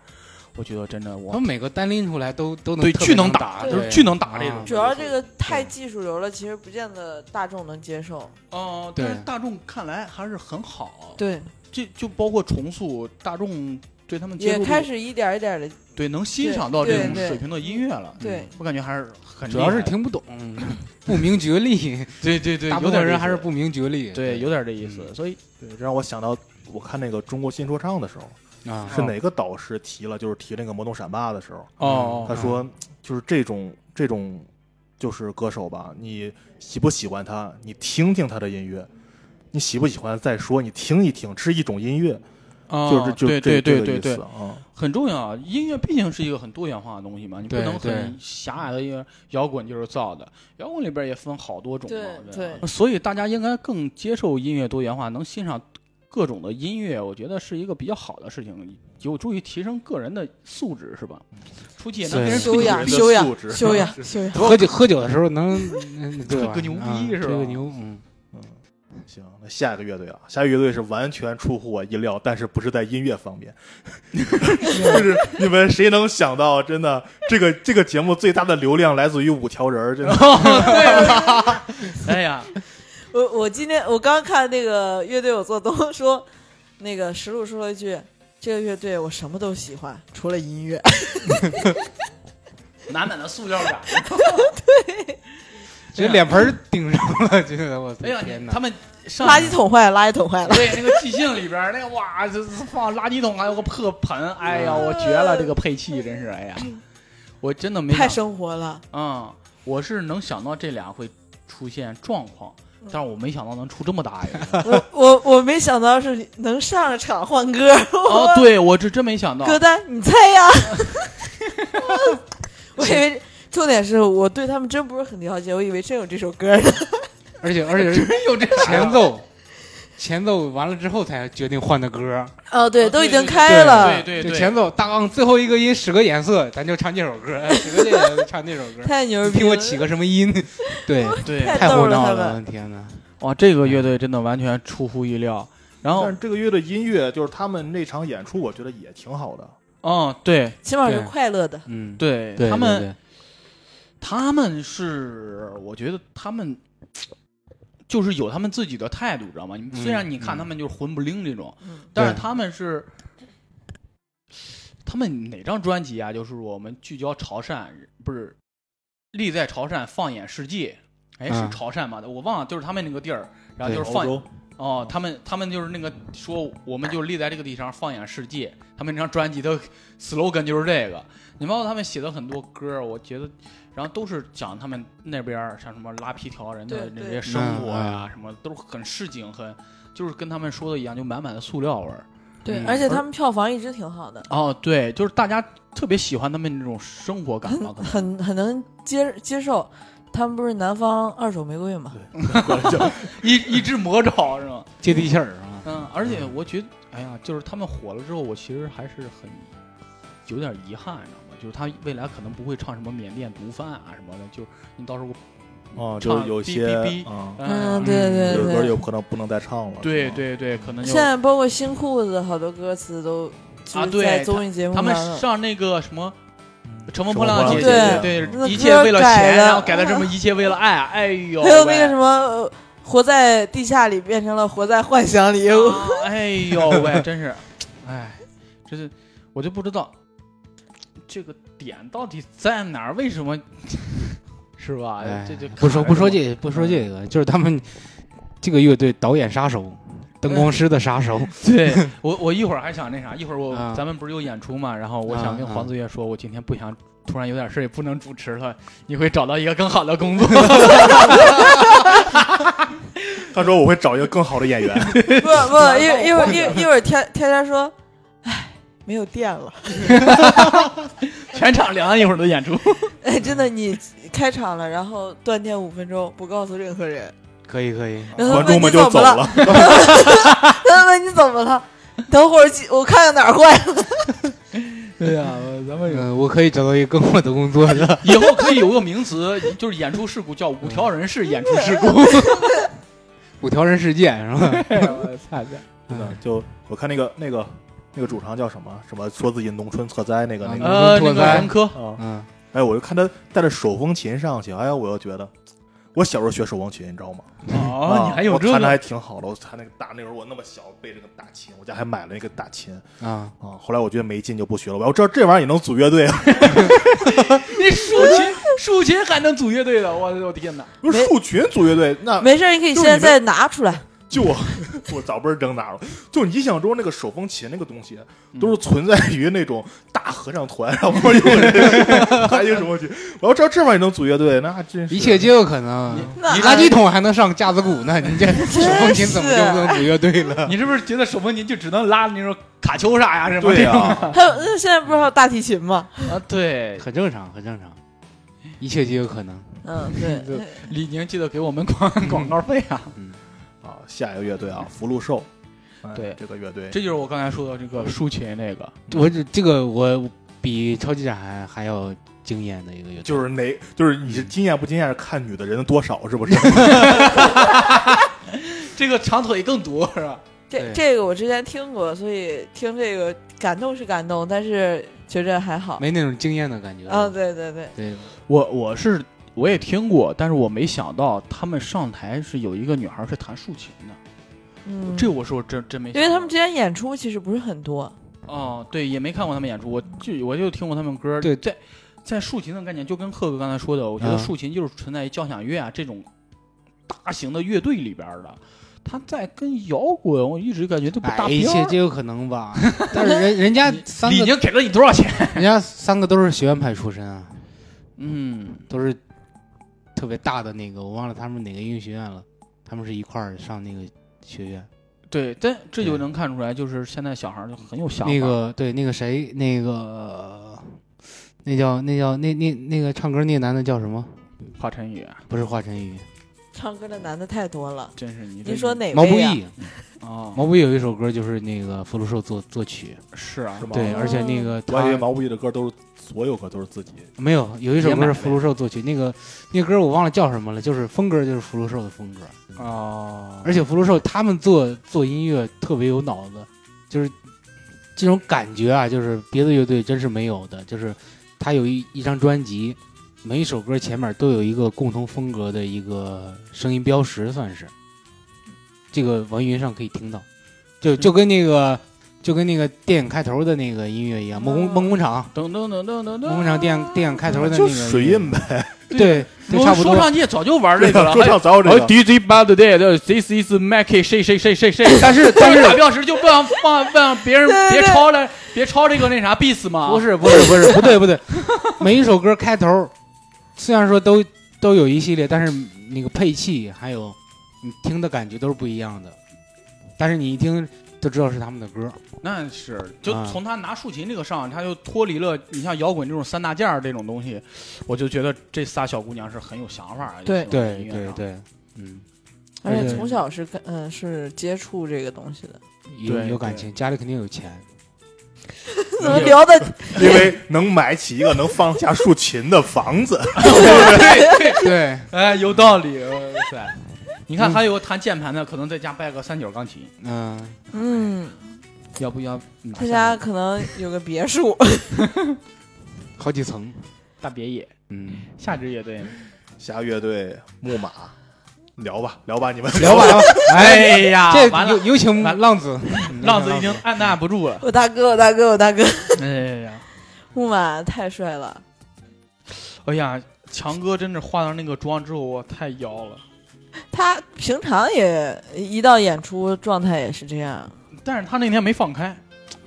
[SPEAKER 2] 我觉得真的
[SPEAKER 3] 他
[SPEAKER 2] 我
[SPEAKER 3] 们每个单拎出来都都能
[SPEAKER 2] 对
[SPEAKER 3] 特别
[SPEAKER 2] 巨能
[SPEAKER 3] 打，
[SPEAKER 2] 打，就是
[SPEAKER 3] 对
[SPEAKER 2] 巨能打这种
[SPEAKER 3] 啊。
[SPEAKER 4] 主要这个太技术流了，其实不见得大众能接受。
[SPEAKER 2] 哦，
[SPEAKER 3] 对
[SPEAKER 2] 但是大众看来还是很好，
[SPEAKER 4] 对，
[SPEAKER 2] 这就包括重塑大众对他们接
[SPEAKER 4] 也
[SPEAKER 2] 受
[SPEAKER 4] 开
[SPEAKER 2] 度
[SPEAKER 4] 始一点儿一点的，
[SPEAKER 2] 对能欣
[SPEAKER 4] 对
[SPEAKER 2] 赏到这
[SPEAKER 4] 对
[SPEAKER 2] 种
[SPEAKER 4] 对
[SPEAKER 2] 水平的音乐了，嗯
[SPEAKER 4] 对，
[SPEAKER 2] 我感觉还是很
[SPEAKER 3] 主要
[SPEAKER 2] 厉
[SPEAKER 3] 是
[SPEAKER 2] 害的
[SPEAKER 3] 听不懂， 不明觉厉，
[SPEAKER 2] 对对对，
[SPEAKER 3] 大部
[SPEAKER 2] 有点
[SPEAKER 3] 分
[SPEAKER 2] 这
[SPEAKER 3] 人
[SPEAKER 2] 意
[SPEAKER 3] 还是
[SPEAKER 2] 思
[SPEAKER 3] 不明觉厉。
[SPEAKER 2] 对有点这意思，
[SPEAKER 3] 嗯
[SPEAKER 2] 所以
[SPEAKER 1] 对，这让我想到我看那个中国新说唱的时候，
[SPEAKER 3] 啊，
[SPEAKER 1] 是哪个导师提了，就是提那个魔动闪霸的时候，
[SPEAKER 2] 哦，
[SPEAKER 1] 嗯他说就是这种这种就是歌手吧，你喜不喜欢他，你听听他的音乐。你喜不喜欢再说，你听一听，是一种音乐，
[SPEAKER 2] 哦
[SPEAKER 1] 就是就
[SPEAKER 2] 对
[SPEAKER 1] 这
[SPEAKER 2] 对对
[SPEAKER 1] 这个
[SPEAKER 2] 对
[SPEAKER 1] 意
[SPEAKER 2] 对
[SPEAKER 1] 思，啊。
[SPEAKER 2] 很重要啊。音乐毕竟是一个很多元化的东西嘛，你不
[SPEAKER 3] 对
[SPEAKER 2] 能
[SPEAKER 3] 对
[SPEAKER 2] 很狭隘的一个摇滚就是造的，摇滚里边也分好多种嘛。
[SPEAKER 4] 对
[SPEAKER 2] 吧所以大家应该更接受音乐多元化，能欣赏各种的音乐，我觉得是一个比较好的事情，有助于提升个人的素质，是吧？出去也能
[SPEAKER 3] 对
[SPEAKER 2] 跟人
[SPEAKER 4] 修
[SPEAKER 2] 吹
[SPEAKER 4] 嗯
[SPEAKER 2] 牛
[SPEAKER 4] 养
[SPEAKER 1] 人的
[SPEAKER 4] 修
[SPEAKER 1] 素
[SPEAKER 4] 养
[SPEAKER 1] 质
[SPEAKER 4] 修养修养。
[SPEAKER 3] 喝酒喝酒的时候 能嗯对吧
[SPEAKER 2] 吹个牛逼
[SPEAKER 3] 啊
[SPEAKER 2] 是吧哎
[SPEAKER 3] 吹个牛，嗯，
[SPEAKER 1] 行，那下一个乐队啊，下一个乐队是完全出乎我意料，但是不是在音乐方 面，就是你们谁能想到，真的这个这个节目最大的流量来自于五条人儿，真的
[SPEAKER 2] 哎呀，
[SPEAKER 4] 我我今天我刚看那个乐队，我做东说，那个石路说了一句：“这个乐队我什么都喜欢，除了音乐。
[SPEAKER 2] 满满的塑料感。
[SPEAKER 3] 这脸盆儿顶上了，觉得我
[SPEAKER 2] 哎呀，
[SPEAKER 3] 天
[SPEAKER 2] 你
[SPEAKER 3] 哪
[SPEAKER 2] 他！们”上
[SPEAKER 4] 垃圾桶坏了，垃圾桶坏了。
[SPEAKER 2] 对，那个即兴里边儿，那个哇，这这放垃圾桶还有个破盆，哎呀，
[SPEAKER 4] 嗯
[SPEAKER 2] 我绝了，这个配器真是，哎呀，我真的没
[SPEAKER 4] 太
[SPEAKER 2] 想，
[SPEAKER 4] 生活了，
[SPEAKER 2] 嗯，我是能想到这俩会出现状况，但是我没想到能出这么大呀！
[SPEAKER 4] 我我我没想到是能上场换歌。
[SPEAKER 2] 哦
[SPEAKER 4] 我，
[SPEAKER 2] 对，我是真没想到，
[SPEAKER 4] 歌单，你猜呀？我我以为重点是我对他们真不是很了解，我以为真有这首歌呢。
[SPEAKER 3] 而且而且 是
[SPEAKER 2] 有这
[SPEAKER 3] 前奏，前奏完了之后才决定换的歌。
[SPEAKER 4] 哦，对，都已经
[SPEAKER 2] 对
[SPEAKER 4] 开了，
[SPEAKER 2] 对
[SPEAKER 3] 就
[SPEAKER 2] 对
[SPEAKER 3] 前
[SPEAKER 2] 对，
[SPEAKER 3] 奏大纲最后一个音使个眼色，咱就唱这首 歌，哎使个这个就唱这首歌。
[SPEAKER 4] 太牛
[SPEAKER 3] 你
[SPEAKER 4] 逼
[SPEAKER 3] 听
[SPEAKER 4] 了！
[SPEAKER 3] 我起个什么音？对，
[SPEAKER 2] 对，
[SPEAKER 4] 太
[SPEAKER 3] 太
[SPEAKER 4] 逗
[SPEAKER 3] 胡
[SPEAKER 4] 了
[SPEAKER 3] 闹
[SPEAKER 4] 他
[SPEAKER 3] 了！
[SPEAKER 4] 们
[SPEAKER 3] 天哪！
[SPEAKER 2] 哇，这个乐队真的完全出乎意料。然后
[SPEAKER 1] 但是，这个乐队音乐就是他们那场演出，我觉得也挺好的。
[SPEAKER 2] 嗯，对
[SPEAKER 4] 起码是
[SPEAKER 3] 对
[SPEAKER 4] 快乐的。
[SPEAKER 3] 嗯，
[SPEAKER 2] 对，
[SPEAKER 3] 对
[SPEAKER 2] 他们
[SPEAKER 3] 对
[SPEAKER 2] 他们是，我觉得他们就是有他们自己的态度，知道吗？你虽然你看他们就是混不吝这种，
[SPEAKER 4] 嗯
[SPEAKER 2] 但是
[SPEAKER 3] 对
[SPEAKER 2] 他们是，他们哪张专辑啊？就是我们聚焦潮汕，不是立在潮汕，放眼世界。哎，是
[SPEAKER 3] 啊
[SPEAKER 2] 潮汕吗？我忘了，就是他们那个地儿，然后
[SPEAKER 3] 对
[SPEAKER 2] 就是
[SPEAKER 1] 欧
[SPEAKER 2] 放
[SPEAKER 1] 洲
[SPEAKER 2] 哦，他们他们就是那个说，我们就立在这个地上，放眼世界。他们那张专辑的 slogan 就是这个。你包括他们写的很多歌，我觉得，然后都是讲他们那边儿像什么拉皮条人的
[SPEAKER 4] 对
[SPEAKER 2] 那
[SPEAKER 4] 对
[SPEAKER 2] 些生活呀、什么都是很市井，很就是跟他们说的一样，就满满的塑料味儿。
[SPEAKER 4] 对，
[SPEAKER 3] 嗯
[SPEAKER 4] 而且他们票房一直挺好的，
[SPEAKER 2] 哦，对，就是大家特别喜欢他们那种生活感吧，可能
[SPEAKER 4] 很很能接接受。他们不是南方二手玫瑰嘛？
[SPEAKER 2] 一一只魔爪是吗？
[SPEAKER 3] 接地气儿啊。
[SPEAKER 2] 嗯，而且我觉得，哎呀，就是他们火了之后，我其实还是很有点遗憾，你知道吗？就是他未来可能不会唱什么缅甸毒贩啊什么的，就是你到时候
[SPEAKER 1] 啊，就是有些
[SPEAKER 2] 唱哔哔哔
[SPEAKER 1] 啊，
[SPEAKER 4] 嗯，
[SPEAKER 2] 嗯
[SPEAKER 4] 对对
[SPEAKER 1] 有
[SPEAKER 4] 对
[SPEAKER 1] 歌有可能不能再唱了。
[SPEAKER 2] 对
[SPEAKER 1] 是吗，
[SPEAKER 2] 对对，可能就
[SPEAKER 4] 现在包括新裤子好多歌词都就
[SPEAKER 2] 啊
[SPEAKER 4] 是
[SPEAKER 2] 对
[SPEAKER 4] 在综艺节目
[SPEAKER 2] 他
[SPEAKER 4] 上
[SPEAKER 2] 们 上那个什么
[SPEAKER 1] 嗯
[SPEAKER 2] 《乘风破浪的姐
[SPEAKER 4] 乘风破浪
[SPEAKER 2] 对
[SPEAKER 1] 姐姐
[SPEAKER 4] 那
[SPEAKER 2] 一
[SPEAKER 4] 歌
[SPEAKER 2] 切为了
[SPEAKER 4] 改
[SPEAKER 2] 钱，
[SPEAKER 4] 的
[SPEAKER 2] 然后改的这么一切为了爱，哎呦喂，
[SPEAKER 4] 还有那个什么、呃活在地下里变成了活在幻想 里，
[SPEAKER 2] 啊哎呦喂，真是，哎，这是我就不知道这个点到底在哪儿，为什么 是吧？
[SPEAKER 3] 哎
[SPEAKER 2] 这就
[SPEAKER 3] 不说
[SPEAKER 2] 卡着
[SPEAKER 3] 不说
[SPEAKER 2] 我
[SPEAKER 3] 这不说这个，就是他们这个乐队导演杀手，灯光师的杀手。
[SPEAKER 2] 对 我，我一会儿还想那啥，一会儿我、
[SPEAKER 3] 啊
[SPEAKER 2] 咱们不是有演出嘛，然后我想跟
[SPEAKER 3] 啊啊
[SPEAKER 2] 黄子悦说，我今天不想，突然有点事儿也不能主持了，你会找到一个更好的工作。
[SPEAKER 1] 他说我会找一个更好的演 员，
[SPEAKER 4] 不 不，一一会儿一一会儿天天天说，唉，没有电了。
[SPEAKER 2] 全场凉了一会儿的演出，
[SPEAKER 4] 哎，真的，你开场了，然后断电五分钟，不告诉任何人。
[SPEAKER 3] 可以可以，
[SPEAKER 4] 然后
[SPEAKER 1] 观
[SPEAKER 4] 他
[SPEAKER 1] 众
[SPEAKER 4] 问你
[SPEAKER 1] 们
[SPEAKER 4] 怎
[SPEAKER 1] 就走
[SPEAKER 4] 么了，
[SPEAKER 1] 了。
[SPEAKER 4] 他们 问你怎么了，等会儿记我看看哪儿坏了。
[SPEAKER 2] 对呀、咱们
[SPEAKER 3] 嗯，我可以找到一个更好的工作的。
[SPEAKER 2] 以后可以有个名词，就是演出事故叫五条人式演出事故。
[SPEAKER 3] 五条人事件是吧？
[SPEAKER 2] 我操！
[SPEAKER 1] 真的就我看那个那个那个主唱叫什么什么，说自己农村特灾那个那
[SPEAKER 3] 啊
[SPEAKER 1] 个
[SPEAKER 2] 呃，那
[SPEAKER 3] 拓
[SPEAKER 2] 个
[SPEAKER 3] 哉
[SPEAKER 2] 文科，
[SPEAKER 1] 啊，
[SPEAKER 3] 嗯，
[SPEAKER 1] 哎，我就看他带着手风琴上去，哎呀，我又觉得。我小时候学手风琴，你知道吗？啊
[SPEAKER 2] 哦，你还有
[SPEAKER 1] 我
[SPEAKER 2] 这
[SPEAKER 1] 弹的
[SPEAKER 2] 个
[SPEAKER 1] 还挺好的。我弹那个大，那时候我那么小，背着个大琴，我家还买了那个大琴
[SPEAKER 3] 啊，
[SPEAKER 1] 啊。后来我觉得没劲，就不学了。我要知道这玩意儿也能组乐队，啊
[SPEAKER 2] 那竖琴， 竖琴还能组乐队的，我的我天 哪！
[SPEAKER 1] 不是
[SPEAKER 4] 没
[SPEAKER 1] 树群组乐队，那
[SPEAKER 4] 没事儿，你可以
[SPEAKER 1] 就是
[SPEAKER 4] 现
[SPEAKER 1] 你
[SPEAKER 4] 在
[SPEAKER 1] 们
[SPEAKER 4] 再拿出来。
[SPEAKER 1] 就我 我早不是扔哪儿了。就你印象中那个手风琴那个东西，
[SPEAKER 3] 嗯
[SPEAKER 1] 都是存在于那种大合唱团，然后不是有 人弹一个手风琴。我要知道这玩意儿也能组乐队，那真是
[SPEAKER 3] 一切皆有可能。
[SPEAKER 4] 那啊
[SPEAKER 3] 你垃圾桶还能上架子鼓呢，你这手风琴怎么就不能组乐队了？
[SPEAKER 2] 你是不是觉得手风琴就只能拉那种卡秋莎呀什么
[SPEAKER 1] 对 呀、
[SPEAKER 2] 的？
[SPEAKER 1] 啊，
[SPEAKER 4] 还有，那现在不是还有大提琴吗？
[SPEAKER 2] 啊，对，
[SPEAKER 3] 很正常，很正常，一切皆有可能。
[SPEAKER 4] 嗯，
[SPEAKER 2] 对
[SPEAKER 4] 对，
[SPEAKER 2] 李宁记得给我们广广告费啊！
[SPEAKER 1] 下一个乐队啊，福禄寿，哎
[SPEAKER 2] 对
[SPEAKER 1] 这个乐队，
[SPEAKER 2] 这就是我刚才说的这个抒情那个，
[SPEAKER 3] 我这这个我比超级展还还要惊艳的一个乐队，
[SPEAKER 1] 就是哪就是你是惊艳不惊艳，是看女的人多少是不是？
[SPEAKER 2] 这个长腿更毒 是吧？
[SPEAKER 4] 这
[SPEAKER 3] 对
[SPEAKER 4] 这个我之前听过，所以听这个感动是感动，但是觉着还好。
[SPEAKER 3] 没那种惊艳的感觉。
[SPEAKER 4] 啊，对对对，
[SPEAKER 3] 对，
[SPEAKER 2] 我我是我也听过，但是我没想到他们上台是有一个女孩是弹竖琴的，
[SPEAKER 4] 嗯，
[SPEAKER 2] 这我说真真没想到。
[SPEAKER 4] 因为他们之前演出其实不是很多，
[SPEAKER 2] 哦，对，也没看过他们演出，我就我就听过他们歌。
[SPEAKER 3] 对
[SPEAKER 2] 在在竖琴的概念，就跟贺哥刚才说的，我觉得
[SPEAKER 3] 嗯
[SPEAKER 2] 竖琴就是存在于交响乐啊这种大型的乐队里边儿的，它在跟摇滚，我一直感觉都不搭
[SPEAKER 3] 哎，
[SPEAKER 2] 边
[SPEAKER 3] 一
[SPEAKER 2] 儿。
[SPEAKER 3] 切皆有可能吧。但是人人 家三
[SPEAKER 2] 李
[SPEAKER 3] 个，
[SPEAKER 2] 宁给了你多少钱？
[SPEAKER 3] 人家三个都是学院派出身啊，
[SPEAKER 2] 嗯，
[SPEAKER 3] 都是特别大的那个，我忘了他们哪个音乐学院了，他们是一块儿上那个学院。
[SPEAKER 2] 对，但这就
[SPEAKER 3] 对
[SPEAKER 2] 能看出来，就是现在小孩儿就很有想法。
[SPEAKER 3] 那个对，那个谁，那个那叫那叫那那那个唱歌那男的叫什么？
[SPEAKER 2] 华晨宇，啊
[SPEAKER 3] 不是华晨宇，
[SPEAKER 4] 唱歌的男的太多了。
[SPEAKER 2] 真是你这
[SPEAKER 4] 您说哪位、啊？
[SPEAKER 3] 毛不易。
[SPEAKER 2] 哦，
[SPEAKER 3] 毛不易有一首歌就是那个福禄寿作作曲，
[SPEAKER 2] 是啊
[SPEAKER 1] 是，吗
[SPEAKER 3] 对，
[SPEAKER 4] 哦
[SPEAKER 3] 而且那个
[SPEAKER 1] 我还以为
[SPEAKER 3] 他
[SPEAKER 1] 毛不易的歌都是所有歌都是自己，
[SPEAKER 3] 没有有一首
[SPEAKER 2] 也买
[SPEAKER 3] 歌是
[SPEAKER 2] 呗
[SPEAKER 3] 福禄寿作曲，那个那歌我忘了叫什么了，就是风格就是福禄寿的风格，
[SPEAKER 2] 哦，
[SPEAKER 3] 而且福禄寿他们做做音乐特别有脑子，就是这种感觉啊，就是别的乐队真是没有的。就是他有一一张专辑，每首歌前面都有一个共同风格的一个声音标识，算是这个网易云上可以听到，就就跟那个就跟那个电影开头的那个音乐一样，梦工梦工厂。
[SPEAKER 2] 噔噔噔噔噔噔，
[SPEAKER 3] 梦工厂电影电影开头的那个
[SPEAKER 1] 就
[SPEAKER 3] 音乐
[SPEAKER 1] 水印，呗，
[SPEAKER 3] 对，就
[SPEAKER 2] 我
[SPEAKER 3] 差
[SPEAKER 2] 们
[SPEAKER 3] 不
[SPEAKER 2] 说
[SPEAKER 3] 多。
[SPEAKER 2] 唱界早就玩这个了，
[SPEAKER 1] 说
[SPEAKER 2] 还有
[SPEAKER 1] 唱早有
[SPEAKER 3] 哦
[SPEAKER 1] 这
[SPEAKER 2] 哎
[SPEAKER 1] 个。
[SPEAKER 2] ，DJ Bad Day 的 This is Mackie 谁谁谁谁谁，
[SPEAKER 3] 但是但
[SPEAKER 2] 但是打
[SPEAKER 3] 是
[SPEAKER 2] 标识就不让放不让别人
[SPEAKER 4] 对对
[SPEAKER 2] 别抄了，别抄这个那啥 beats 嘛。
[SPEAKER 3] 不是不是不是不对不 对，每一首歌开头虽然说都都有一系列，但是那个配器还有你听的感觉都是不一样的，但是你一听就知道是他们的歌。
[SPEAKER 2] 那是，就
[SPEAKER 3] 啊
[SPEAKER 2] 从他拿竖琴这个上，他就脱离了你像摇滚这种三大件儿这种东西，我就觉得这仨小姑娘是很有想法儿的。
[SPEAKER 4] 对
[SPEAKER 2] 喜欢在
[SPEAKER 3] 对
[SPEAKER 2] 音乐啊
[SPEAKER 3] 对
[SPEAKER 2] 上，
[SPEAKER 3] 对，嗯，
[SPEAKER 4] 而
[SPEAKER 3] 而
[SPEAKER 4] 且
[SPEAKER 3] 且
[SPEAKER 4] 从小是跟嗯是接触这个东西的，
[SPEAKER 3] 有
[SPEAKER 2] 对
[SPEAKER 3] 有感
[SPEAKER 2] 对
[SPEAKER 3] 情，家里肯定有钱。
[SPEAKER 4] 怎么聊的？
[SPEAKER 1] 因为能买起一个能放下竖琴的房 子，
[SPEAKER 3] 对，
[SPEAKER 2] 哎，有道理，哇 塞！你看，
[SPEAKER 3] 嗯
[SPEAKER 2] 还有弹键盘的，可能在家掰个三角钢琴，
[SPEAKER 3] 嗯、
[SPEAKER 4] 嗯，
[SPEAKER 2] 要不要拿
[SPEAKER 4] 他
[SPEAKER 2] 下
[SPEAKER 4] 家
[SPEAKER 2] 来
[SPEAKER 4] 可能有个别墅，
[SPEAKER 3] 好几层。
[SPEAKER 2] 大别野，
[SPEAKER 3] 嗯，
[SPEAKER 2] 下支乐队，
[SPEAKER 1] 侠乐队、木马，聊吧聊吧，你们
[SPEAKER 3] 聊 吧。聊吧，哎，
[SPEAKER 2] 哎 呀，
[SPEAKER 3] 这
[SPEAKER 2] 完
[SPEAKER 3] 有
[SPEAKER 2] 了，
[SPEAKER 3] 有请
[SPEAKER 2] 完
[SPEAKER 3] 浪子，
[SPEAKER 2] 浪子已经按捺不 住了，
[SPEAKER 4] 我大哥，我大哥，我大哥，
[SPEAKER 2] 哎呀，
[SPEAKER 4] 木马太帅了，
[SPEAKER 2] 哎呀，强哥真是化上那个妆之后，我太妖了。
[SPEAKER 4] 他平常也一到演出状态也是这样，
[SPEAKER 2] 但是他那天没放开，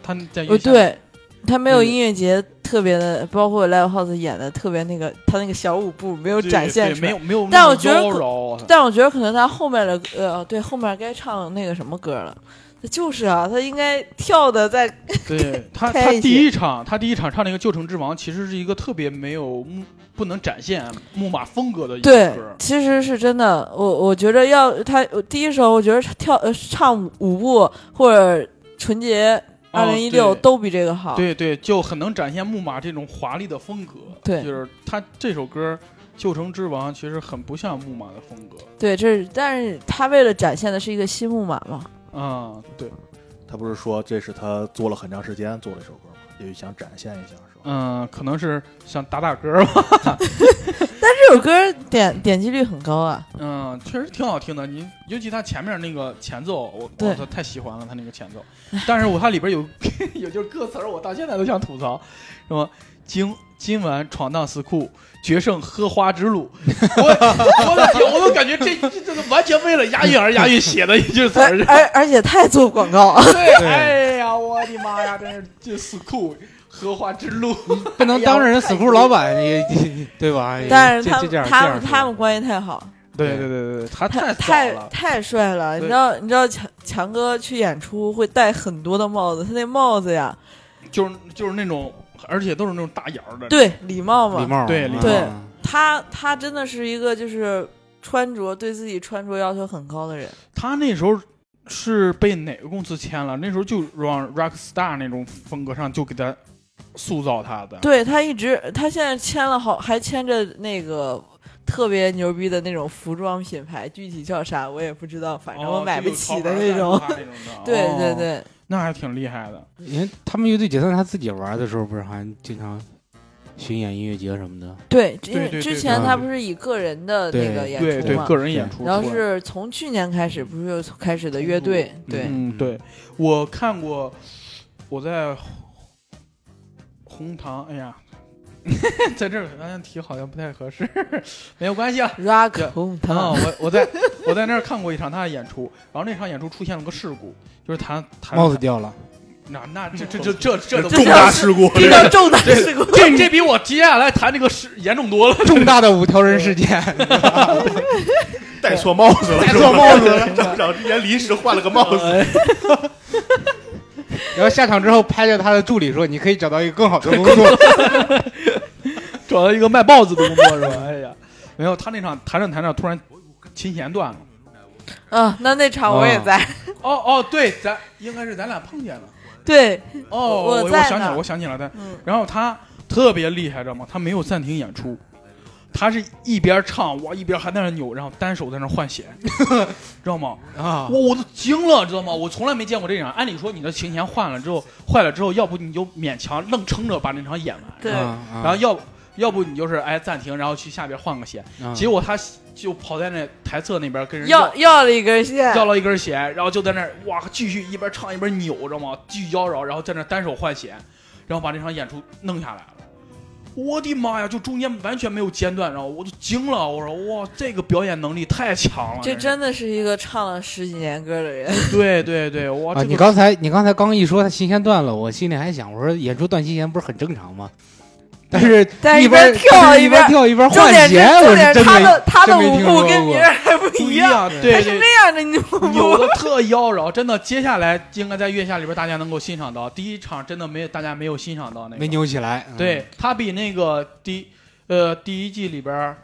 [SPEAKER 2] 他在
[SPEAKER 4] 哦，
[SPEAKER 2] 月下
[SPEAKER 4] 对他没有
[SPEAKER 2] 嗯
[SPEAKER 4] 音乐节特别的，包括 live house 演的特别那个，他那个小舞步没有
[SPEAKER 2] 对
[SPEAKER 4] 展现
[SPEAKER 2] 对
[SPEAKER 4] 出
[SPEAKER 2] 没
[SPEAKER 4] 来
[SPEAKER 2] 有。没有那么
[SPEAKER 4] 但我觉得
[SPEAKER 2] 妖
[SPEAKER 4] 可
[SPEAKER 2] 娆。啊
[SPEAKER 4] 但我觉得可能他后面的呃，对后面该唱那个什么歌了，他就是啊，他应该跳的在
[SPEAKER 2] 对他，
[SPEAKER 4] 开
[SPEAKER 2] 他
[SPEAKER 4] 一
[SPEAKER 2] 第
[SPEAKER 4] 些
[SPEAKER 2] 一场，他第一场唱那个《旧城之王》，其实是一个特别没有木不能展现木马风格的一
[SPEAKER 4] 对
[SPEAKER 2] 个歌，。
[SPEAKER 4] 其实是真的。我我觉得要他我第一首，我觉得跳呃唱舞舞步或者纯洁二零一六
[SPEAKER 2] 哦对
[SPEAKER 4] 都比这个好。
[SPEAKER 2] 对对，就很能展现木马这种华丽的风格。
[SPEAKER 4] 对
[SPEAKER 2] 就是他这首歌《旧城之王》其实很不像木马的风格。
[SPEAKER 4] 对这是但是他为了展现的是一个新木马嘛，
[SPEAKER 2] 啊、对，
[SPEAKER 1] 他不是说这是他做了很长时间做了一首歌吗？也想展现一下是吧？
[SPEAKER 2] 嗯、可能是想打打歌吧。
[SPEAKER 4] 这首歌点点击率很高啊。
[SPEAKER 2] 嗯、确实挺好听的。你尤其他前面那个前奏，我
[SPEAKER 4] 对
[SPEAKER 2] 我操太喜欢了，他那个前奏。但是我它里边有 有就是歌词儿，我到现在都想吐槽，什么今今晚闯荡死库，决胜喝花之路。我 我的天，我都感觉这这这完全为了押韵而押韵写的一句词
[SPEAKER 4] 而
[SPEAKER 2] 儿。
[SPEAKER 4] 而而且太做广告，
[SPEAKER 2] 对，
[SPEAKER 3] 对
[SPEAKER 2] 哎呀，我的妈呀，真是这死库荷花之路。
[SPEAKER 3] 不能当着人
[SPEAKER 4] 哎
[SPEAKER 3] 死库老板，你你对吧？哎
[SPEAKER 4] 但是
[SPEAKER 3] 这
[SPEAKER 4] 他
[SPEAKER 3] 这这
[SPEAKER 4] 们
[SPEAKER 3] 样
[SPEAKER 4] 他
[SPEAKER 3] 这样
[SPEAKER 4] 们
[SPEAKER 3] 说
[SPEAKER 4] 他们关系太好，
[SPEAKER 2] 对对对对，他
[SPEAKER 4] 太
[SPEAKER 2] 太
[SPEAKER 4] 太
[SPEAKER 2] 早了。
[SPEAKER 4] 太帅了。你
[SPEAKER 2] 对
[SPEAKER 4] 知道你知道强强哥去演出会戴很多的帽子，他那帽子呀，
[SPEAKER 2] 就是就是那种，而且都是那种大眼儿的。
[SPEAKER 4] 对礼帽嘛，
[SPEAKER 3] 礼帽
[SPEAKER 2] 对
[SPEAKER 3] 啊
[SPEAKER 2] 礼
[SPEAKER 4] 貌对他他真的是一个就是穿着对自己穿着要求很高的人，
[SPEAKER 3] 啊
[SPEAKER 2] 他那时候是被哪个公司签了？那时候就往 Rockstar 那种风格上就给他塑造他的。
[SPEAKER 4] 对他一直他现在签了好还签着那个。特别牛逼的那种服装品牌，具体叫啥我也不知道，反正
[SPEAKER 3] 哦
[SPEAKER 4] 我买不起的那种。
[SPEAKER 3] 啊
[SPEAKER 2] 哦就有潮牌赞助他那种的
[SPEAKER 4] 对对
[SPEAKER 2] 哦
[SPEAKER 4] 对，
[SPEAKER 2] 那还挺厉害的。
[SPEAKER 3] 因为他们乐队解散，他自己玩的时候不是还经常巡演音乐节什么的？
[SPEAKER 4] 对，因
[SPEAKER 2] 对
[SPEAKER 4] 为
[SPEAKER 2] 对
[SPEAKER 4] 之
[SPEAKER 2] 对
[SPEAKER 4] 前
[SPEAKER 3] 对
[SPEAKER 4] 他
[SPEAKER 3] 对
[SPEAKER 4] 不是以个人的那
[SPEAKER 3] 对
[SPEAKER 4] 个演
[SPEAKER 2] 对
[SPEAKER 4] 出
[SPEAKER 2] 对
[SPEAKER 4] 嘛，，
[SPEAKER 2] 个人演出出来。
[SPEAKER 4] 然后是从去年开始，不是又开始的乐队？对，
[SPEAKER 2] 嗯，对，我看过，我在红糖，哎呀， 在这儿好像提好像不太合适， 没有关系啊。
[SPEAKER 4] Rock Home
[SPEAKER 2] 啊，
[SPEAKER 4] Town，
[SPEAKER 2] 我我在我在那儿看过一场他的演出，然后那场演出出现了个事故，就是他他
[SPEAKER 3] 帽子掉了，
[SPEAKER 2] 那那这这这这嗯这都
[SPEAKER 1] 重大事故，
[SPEAKER 4] 这叫重大
[SPEAKER 2] 这
[SPEAKER 4] 事故。
[SPEAKER 2] 这这比我接下来谈这个事严重 多了。
[SPEAKER 3] 重大的五条人事件。
[SPEAKER 1] 戴错帽子了，
[SPEAKER 2] 戴错帽子 了哎
[SPEAKER 1] 是吧张长之前临时换了个帽子，
[SPEAKER 3] 然后下场之后拍着他的助理说：“你可以找到一个更好的工 作。
[SPEAKER 2] 找到一个卖豹子的工作是吧？ 哎呀，没有，他那场弹着弹着突然琴弦断了。
[SPEAKER 4] 啊，那那场我也在，
[SPEAKER 2] 哦哦，对，咱应该是咱俩碰见了。
[SPEAKER 4] 对，
[SPEAKER 2] 哦，
[SPEAKER 4] 我
[SPEAKER 2] 我
[SPEAKER 4] 在
[SPEAKER 2] 想起
[SPEAKER 4] 呢
[SPEAKER 2] 来，我想起来的。
[SPEAKER 4] 嗯，
[SPEAKER 2] 然后他特别厉害，知道吗？他没有暂停演出，他是一边唱哇，一边还在那扭，然后单手在那换弦，知道吗？”
[SPEAKER 3] 啊，
[SPEAKER 2] 我我都惊了，知道吗？我从来没见过这样。按理说你的琴弦换了之后，坏了之后，要不你就勉强愣撑着把那场演完，
[SPEAKER 4] 对
[SPEAKER 3] 啊
[SPEAKER 2] 然后要要不你就是哎暂停，然后去下边换个弦。
[SPEAKER 3] 嗯
[SPEAKER 2] 结果他就跑在那台侧那边跟人
[SPEAKER 4] 要要了一根线，
[SPEAKER 2] 要了一根弦，然后就在那儿哇，继续一边唱一边扭，知道吗？继续妖娆，然后在那儿单手换弦，然后把这场演出弄下来了。我的妈呀！就中间完全没有间断，然后我就惊了，我说哇，这个表演能力太强了！
[SPEAKER 4] 这
[SPEAKER 2] 是
[SPEAKER 4] 真的是一个唱了十几年歌的人，
[SPEAKER 2] 对对对，哇，
[SPEAKER 3] 啊！
[SPEAKER 2] 这
[SPEAKER 3] 你
[SPEAKER 2] 个
[SPEAKER 3] 刚才你刚才刚一说他新鲜断了，我心里还想，我说演出断新鲜不是很正常吗？但是
[SPEAKER 4] 但是
[SPEAKER 3] 一
[SPEAKER 4] 一边
[SPEAKER 3] 边
[SPEAKER 4] 跳
[SPEAKER 3] 一边
[SPEAKER 4] 一边
[SPEAKER 3] 跳一边
[SPEAKER 4] 重
[SPEAKER 3] 换
[SPEAKER 4] 点是
[SPEAKER 3] 弦，
[SPEAKER 4] 重
[SPEAKER 3] 我
[SPEAKER 4] 点
[SPEAKER 3] 是真
[SPEAKER 4] 是他
[SPEAKER 3] 没
[SPEAKER 4] 的他的
[SPEAKER 3] 真没
[SPEAKER 4] 舞
[SPEAKER 3] 听
[SPEAKER 4] 步
[SPEAKER 3] 说
[SPEAKER 4] 跟
[SPEAKER 3] 过
[SPEAKER 4] 别人还不
[SPEAKER 2] 不一
[SPEAKER 4] 样，
[SPEAKER 2] 样，
[SPEAKER 4] 他
[SPEAKER 2] 对
[SPEAKER 4] 是
[SPEAKER 2] 对，
[SPEAKER 4] 那样的你舞
[SPEAKER 2] 扭
[SPEAKER 4] 步
[SPEAKER 2] 的特妖娆，真的。接下来应该在月下里边大家能够欣赏到，第一场真的没有大家没有欣赏到那个，
[SPEAKER 3] 没扭起来。嗯，
[SPEAKER 2] 对他比那个第呃第一季里边儿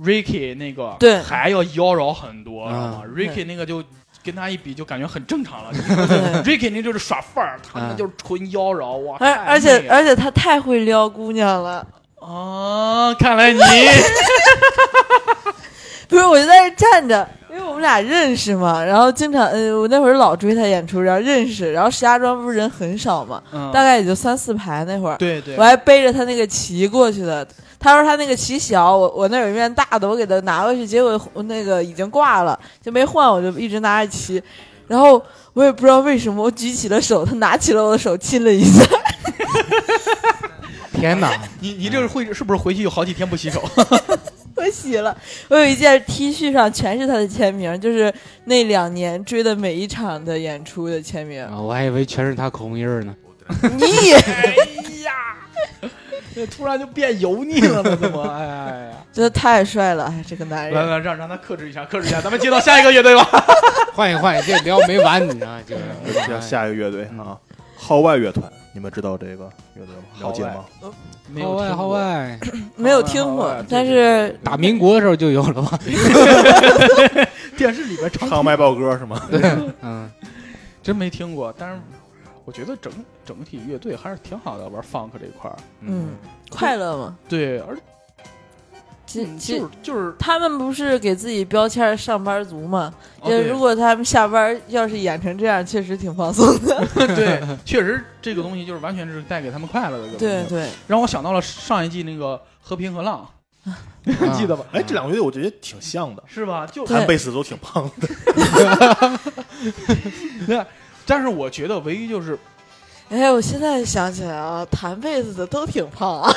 [SPEAKER 2] Ricky 那个
[SPEAKER 4] 对
[SPEAKER 2] 还要妖娆很多，知道
[SPEAKER 3] 啊
[SPEAKER 2] 吗？Ricky 那个就跟他一比就感觉很正常了
[SPEAKER 4] 对
[SPEAKER 2] ，Ricky 那就是耍范儿，他那
[SPEAKER 3] 啊
[SPEAKER 2] 就是纯妖娆哇！
[SPEAKER 4] 而
[SPEAKER 2] 太
[SPEAKER 4] 哎而
[SPEAKER 2] 媚
[SPEAKER 4] 且
[SPEAKER 2] 了
[SPEAKER 4] 而且他太会撩姑娘了，
[SPEAKER 2] 啊，看来你
[SPEAKER 4] 不是我就在这站着，因为我们俩认识嘛，然后经常呃我那会儿老追他演出，然后认识，然后石家庄不是人很少嘛，
[SPEAKER 2] 嗯
[SPEAKER 4] 大概也就三四排那会儿，
[SPEAKER 2] 对对
[SPEAKER 4] 我还背着他那个旗过去的。他说他那个旗小，我我那有一面大的，我给他拿过去，结果那个已经挂了，就没换，我就一直拿着旗。然后我也不知道为什么，我举起了手，他拿起了我的手，亲了一下。
[SPEAKER 3] 天哪！
[SPEAKER 2] 你你这个会是不是回去有好几天不洗手？
[SPEAKER 4] 我洗了，我有一件 T 恤上全是他的签名，就是那两年追的每一场的演出的签名。
[SPEAKER 3] 啊我还以为全是他口红印儿呢。
[SPEAKER 4] 你也
[SPEAKER 2] 哎呀，这 突然就变油腻了呢，怎么？哎呀，
[SPEAKER 4] 真的太帅了，哎，这个男
[SPEAKER 2] 来
[SPEAKER 4] 人。
[SPEAKER 2] 来，让让他克制一下，克制一下，咱们接到下一个乐队吧。
[SPEAKER 3] 换一换，这聊没完，你知道吗就是哎
[SPEAKER 1] 下下一个乐队
[SPEAKER 3] 嗯
[SPEAKER 1] 啊，号外乐团，你们知道这个乐队吗？
[SPEAKER 2] 号
[SPEAKER 1] 了解
[SPEAKER 2] 外
[SPEAKER 1] 吗？
[SPEAKER 2] 没
[SPEAKER 3] 号
[SPEAKER 2] 有
[SPEAKER 3] 外
[SPEAKER 2] 听
[SPEAKER 3] 号
[SPEAKER 2] 过
[SPEAKER 3] 外，
[SPEAKER 4] 没有听过，但是
[SPEAKER 3] 啊打民国的时候就有了吧？
[SPEAKER 2] 电视里边常
[SPEAKER 1] 唱卖报歌是吗？
[SPEAKER 3] 对，嗯，
[SPEAKER 2] 真没听过，但是我觉得整整体乐队还是挺好的，玩 funk 这一块儿。
[SPEAKER 4] 嗯，快乐嘛，
[SPEAKER 2] 对，而
[SPEAKER 4] 其
[SPEAKER 2] 嗯
[SPEAKER 4] 其
[SPEAKER 2] 就是就是，
[SPEAKER 4] 他们不是给自己标签儿上班族嘛？
[SPEAKER 2] 哦
[SPEAKER 4] 也如果他们下班要是演成这样，确实挺放松的。
[SPEAKER 2] 对 对，确实这个东西就是完全是带给他们快乐的一个东
[SPEAKER 4] 对
[SPEAKER 2] 西，
[SPEAKER 4] 对，
[SPEAKER 2] 让我想到了上一季那个《和平和浪》
[SPEAKER 3] 啊，
[SPEAKER 2] 记得吧
[SPEAKER 1] 哎，这两个乐队我觉得挺像的，
[SPEAKER 2] 是吧？就
[SPEAKER 4] 对
[SPEAKER 1] 弹贝斯都挺胖的。
[SPEAKER 2] 但是我觉得唯一就是
[SPEAKER 4] 哎，我现在想起来啊，弹贝斯的都挺胖啊，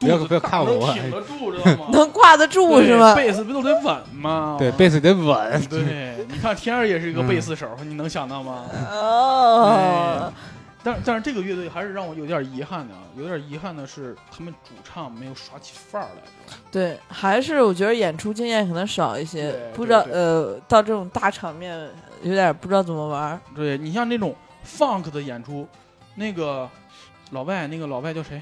[SPEAKER 3] 不
[SPEAKER 2] 肚
[SPEAKER 3] 要
[SPEAKER 2] 子
[SPEAKER 3] 不要
[SPEAKER 2] 大
[SPEAKER 3] 看
[SPEAKER 2] 能
[SPEAKER 3] 啊我
[SPEAKER 2] 挺得住，知道吗？
[SPEAKER 4] 能挂得住
[SPEAKER 2] 对
[SPEAKER 4] 是吗？
[SPEAKER 2] 贝斯不都得稳吗？
[SPEAKER 3] 对，贝斯得稳，
[SPEAKER 2] 对，你看天儿也是一个
[SPEAKER 3] 嗯
[SPEAKER 2] 贝斯手，你能想到吗？哎
[SPEAKER 4] 哦，
[SPEAKER 2] 但但是这个乐队还是让我有点遗憾的，啊，有点遗憾的是他们主唱没有耍起范儿来。
[SPEAKER 4] 对，还是我觉得演出经验可能少一些
[SPEAKER 2] 对，
[SPEAKER 4] 不
[SPEAKER 2] 对
[SPEAKER 4] 知道
[SPEAKER 2] 对
[SPEAKER 4] 呃，到这种大场面有点不知道怎么玩儿。
[SPEAKER 2] 对你像那种 funk 的演出，那个老外，那个老外叫谁？